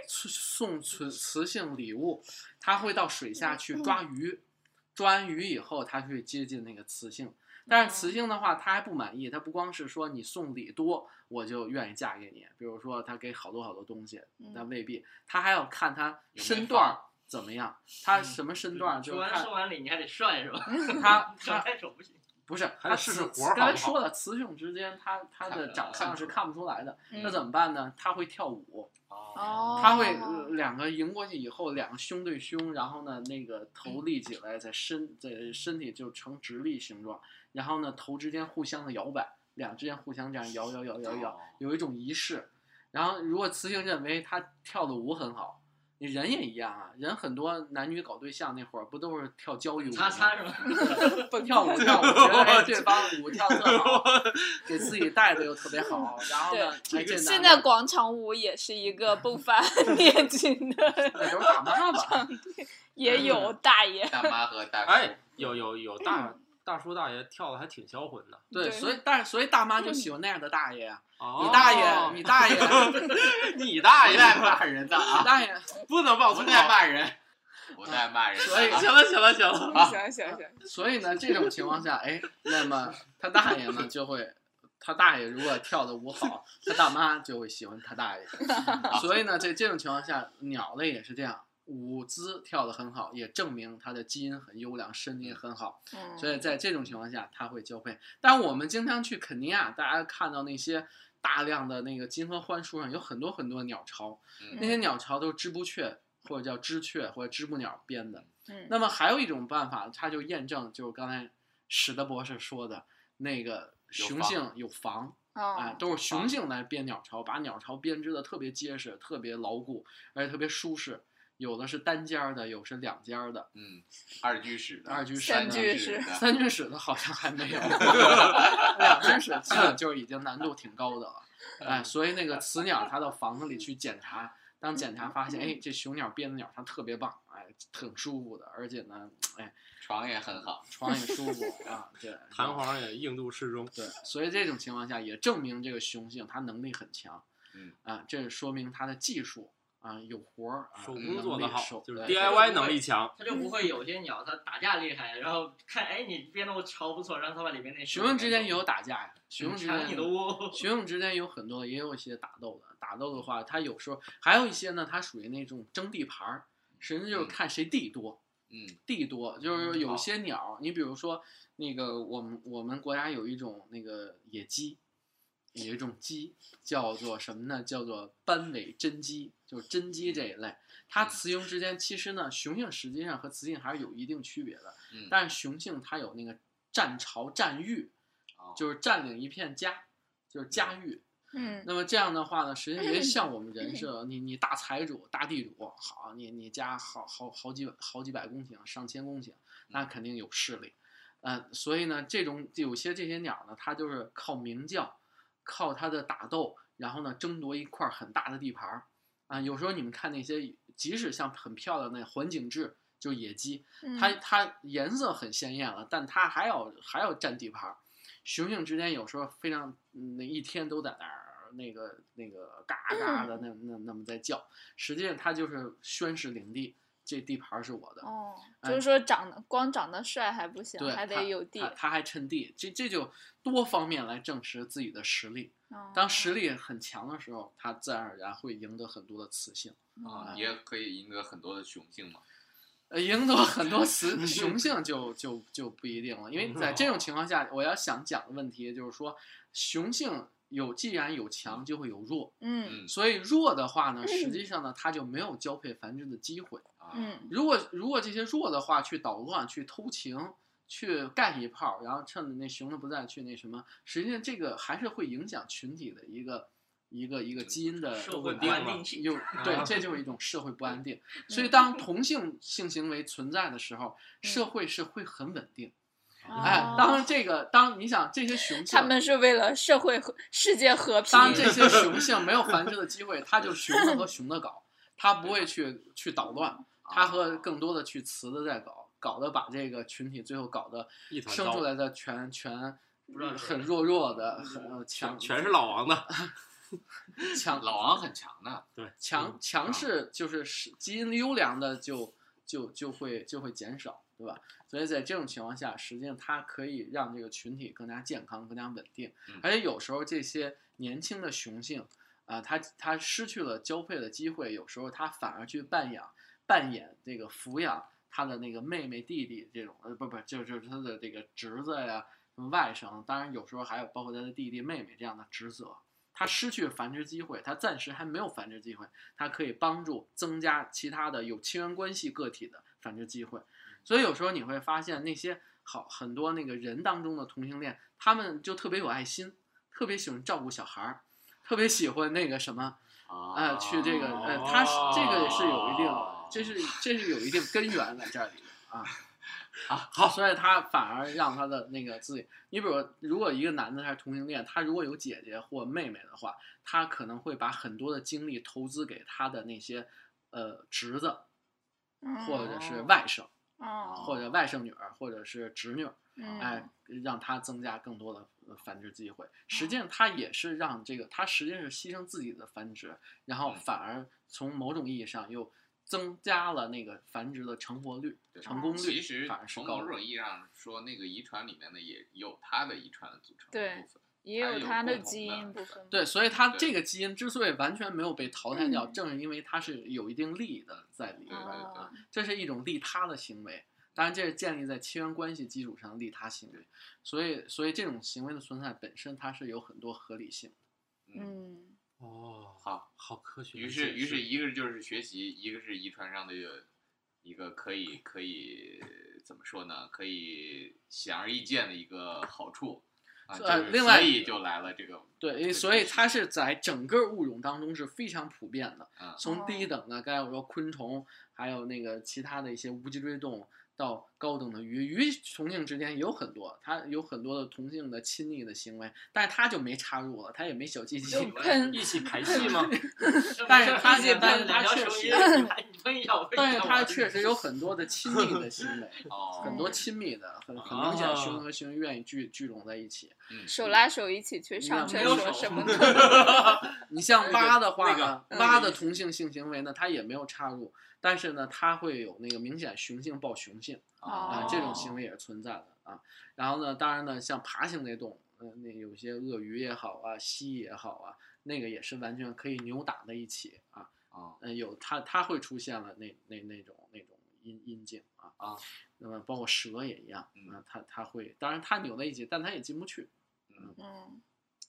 送雌雌性礼物。它会到水下去抓鱼，抓完鱼以后，它去接近那个雌性。嗯但是雌性的话，它还不满意，它不光是说你送礼多，我就愿意嫁给你。比如说，它给好多好多东西，嗯但未必，它还要看它有没身放段儿怎么样，它什么身段儿，就说是完送看完礼你还得帅是吧？它手它太手不行。不是，还他得试雌试活儿刚好才不好说了，雌雄之间，他他的长相是看不出来的。嗯那怎么办呢？他会跳舞，哦，他会呃两个迎过去以后，两个胸对胸，然后呢，那个头立起来，在身在身体就呈直立形状，然后呢，头之间互相的摇摆，两之间互相这样摇摇摇摇哦哦摇，有一种仪式。然后，如果雌性认为他跳的舞很好，你人也一样啊，人很多男女搞对象那会儿不都是跳交谊舞吗？擦擦是吧？跳舞 跳舞，觉得哎对方舞跳特好，给自己带的又特别好，然后呢，哎这现男在的广场舞也是一个 不 凡列举的，那都是大妈 吧？也 有大爷。大妈和大叔，哎，有有有大大叔大爷跳的还挺销魂的。对，对所以但是所以大妈就喜欢那样的大爷啊，哦你大爷，你 大爷，你你大不爷，带骂人的啊，大爷，不能往不出带带骂。骂 人，不带骂人的啊，所以行了行了行了，啊行行行，所以呢，这种情况下，哎，那么他大爷呢就会，他大爷如果跳的舞好，他大妈就会喜欢 他大爷。所以呢，在这种情况下，鸟类也是这样，舞姿跳得很好，也证明它的基因很优良，身体也很好。嗯嗯所以在这种情况下，它会交配。但我们经常去肯尼亚，大家看到那些大量的那个金合欢树上有很多很多鸟巢，嗯那些鸟巢都是织布雀或者叫织雀或者织布鸟编的。嗯那么还有一种办法，它就验证就是刚才史德博士说的那个有雄房性有房。啊，哦，都是雄性来编鸟巢，把鸟巢编织的特别结实、特别牢固，而且特别舒适。有的是单间儿的，有是两间儿的，嗯，二居室的，二居室三的居室的， 三居室的好像还没有， 两居室基本就是已经难度挺高的了。嗯哎，所以那个雌鸟它到房子里去检查，当检查发现，哎，这雄鸟编的鸟巢特别棒，哎，挺舒服的，而且呢，哎，床也很好，床也舒服啊，对， 弹簧也硬度适中。对，所以这种情况下也证明这个雄性它能力很强，嗯啊，这是说明它的技术啊有活儿，啊手工做的能力好手，就是对 DIY 能力强。它就不会有些鸟它打架厉害，然后看哎你编的我巢不错，然后它把里面那雄性之间也有打架呀，雄性之嗯抢间你有的窝，雄性之间有很多，也有一些打斗的。打斗的话，它有时候还有一些呢，它属于那种争地盘儿，实际就是看谁地多。嗯，地多，就是说有好些鸟，你比如说那个我们我们国家有一种那个野鸡，有一种鸡叫做什么呢？叫做斑尾真鸡，就是真鸡这一类。它嗯雌雄之间其实呢，雄性实际上和雌性还是有一定区别的，嗯但是雄性它有那个占巢占域，哦就是占领一片家，就是家域。嗯那么这样的话呢，实际上也像我们人设，你你大财主、大地主，好，你你家好好好几好几百公顷、上千公顷，那肯定有势力。嗯，所以呢，这种有些这些鸟呢，它就是靠鸣叫，靠它的打斗，然后呢争夺一块很大的地盘儿。啊、有时候你们看那些，即使像很漂亮的环景志，就是野鸡，嗯它它颜色很鲜艳了，但它还要还要占地盘儿。雄性之间有时候非常，嗯那一天都在那儿那个那个嘎嗯嘎的那那那么在叫，实际上它就是宣示领地，这地盘儿是我的。哦，哎就是说长得光长得帅还不行对，，还他得有地他。他还趁地，这这就多方面来证实自己的实力。哦当实力很强的时候，他自然而然会赢得很多的雌性，啊，嗯也可以赢得很多的雄性嘛。呃，赢得很多雌雄性就就就不一定了，因为在这种情况下，我要想讲的问题就是说，雄性有既然有强，就会有弱，嗯嗯所以弱的话呢，实际上呢，它就没有交配繁殖的机会。啊，嗯如果如果这些弱的话去捣乱、去偷情、去干一炮，然后趁着那雄的不在去那什么，实际上这个还是会影响群体的一个一个一个基因的社会问不题。安定性。有对啊，这就是一种社会不安定。嗯所以，当同性性行为存在的时候，社会是会很稳定。哎，嗯哦当这个，当你想这些雄性，他们是为了社会和世界和平。当这 些雄性没有繁殖的机会，它就雄的和雄的搞，它不会去去捣乱，啊啊它和更多的去雌的在搞，搞得把这个群体最后搞得一团生出糟，来的全全不知道是很弱弱的，很呃强嗯全全是老王的，强老王很强的，对，强强势就是是基因优良的就就就会就会减少，对吧？所以在这种情况下，实际上它可以让这个群体更加健康、更加稳定嗯，而且有时候这些年轻的雄性啊、它它失去了交配的机会，有时候它反而去扮演扮演这个抚养他的那个妹妹、弟弟这种，呃，不不，就就是他的这个侄子呀、什么外甥，当然有时候还有包括他的弟弟、妹妹这样的职责。他失去繁殖机会，他暂时还没有繁殖机会，它可以帮助增加其他的有亲缘关系个体的繁殖机会。所以有时候你会发现那些好很多那个人当中的同性恋，他们就特别有爱心，特别喜欢照顾小孩儿，特别喜欢那个什么，啊呃，去这个，呃，他是这个也是有一定，哦这是这是有一定根源在这里的啊。啊，好，所以他反而让他的那个自己，你比如如果一个男的他是同性恋，他如果有姐姐或妹妹的话，他可能会把很多的精力投资给他的那些呃侄子或者是外甥。嗯哦，或者外甥女儿，或者是侄女儿，嗯哎，让她增加更多的呃繁殖机会。哦实际上，她也是让这个，她实际上是牺牲自己的繁殖，然后嗯反而从某种意义上又增加了那个繁殖的成活率、对成功率，其实反而是从高某的。种意义上说，那个遗传里面的也有它的遗传的组成对的部分。也它有有它共的同基的因部分。对，所以它对这个基因之所以完全没有被淘汰掉，嗯正是因为它是有一定利益的在里对面对的。对哦，这是一种利他的行为。当然，这是建立在亲缘关系基础上的利他行为，所以，所以这种行为的存在本身它是有很多合理性。嗯，嗯，哦，好，好科学的于解是释，于是一个就是学习，一个是遗传上的一个可以可以怎么说呢？可以显而易见的一个好处啊，就呃是另外所以就来了这个对，所以它是在整个物种当中是非常普遍的嗯。从低等的，刚才我说昆虫，还有那个其他的一些无脊椎动物，到高等的鱼，鱼同性之间也有很多，它有很多的同性的亲昵的行为，但是它就没插入了，它也没小鸡鸡。喷一起排戏 吗？但是他但是两他条确雄实鱼，你还你问一下我为但什是么它确实有很多的亲密的行 为，哦，很多亲密的，很很明显，熊和熊愿意聚聚拢在一起。嗯手拉手一起去上嗯厕没有所手什么的。你像蛙的话呢，那个蛙的同性性行为呢，它也没有插入，但是呢，它会有那个明显雄性抱雄性啊、哦这种行为也是存在的啊。然后呢，当然呢，像爬行类动物，呃，那有些鳄鱼也好啊，蜥蜴也好啊，那个也是完全可以扭打在一起啊。哦呃，有它它会出现了那那那种那种阴阴茎啊啊，那么包括蛇也一样嗯啊，它它会，当然它扭在一起，但它也进不去。嗯，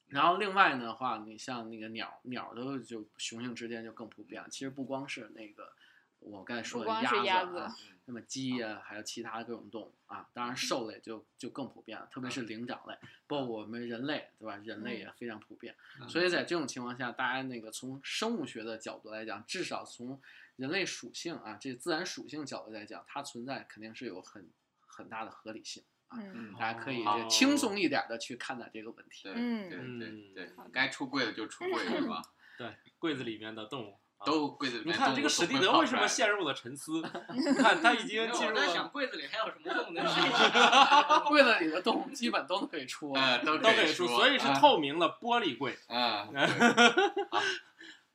然后另外的话，你像那个鸟，鸟的就雄性之间就更普遍了。其实不光是那个我刚才说不的光是鸭鸭子啊，那么鸡呀、还有其他各种动物啊，嗯当然兽类就就更普遍了，特别是灵长类，包括我们人类，对吧？人嗯类也非常普遍。所以在这种情况下，大家那个从生物学的角度来讲，至少从人类属性啊，这自然属性角度来讲，它存在肯定是有很很大的合理性。嗯大家可以哦轻松一点的去看待这个问题。对嗯对对对嗯，该出柜的就出柜了 吧， 柜子里面的动物。啊都柜子里你面看这个史蒂德为什么陷入了沉思？你看他已经因为进我入在想了，柜子里还有什 么动物能睡着？柜子里的动物基本都可以出。呃都都可可以说，所以是啊透明的玻璃柜。 啊，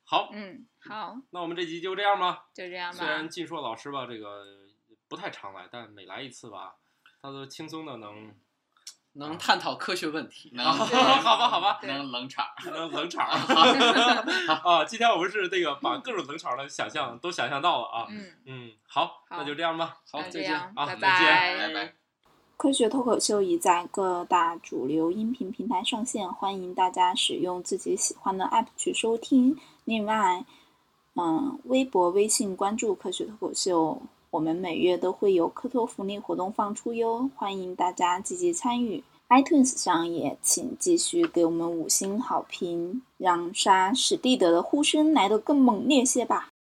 好，嗯，好，那我们这集就这样吧。就这样虽吧然。晋硕老师吧，这个不太常来，但每来一次吧，他都轻松的能，能探讨科学问题。能好吧 好吧， 能冷场，能冷场 儿啊！今天我们是这个把各种冷场儿的想象都想象到了啊。嗯，嗯，好，那就这样吧。好，那这再见样啊，拜再见。拜拜。科学脱口秀已在各大主流音频平台上线，欢迎大家使用自己喜欢的 app 去收听。另外，嗯，微博、微信关注科学脱口秀，我们每月都会有科托福利活动放出哟，欢迎大家积极参与。iTunes 上也请继续给我们五星好评，让杀史蒂德的呼声来得更猛烈些吧。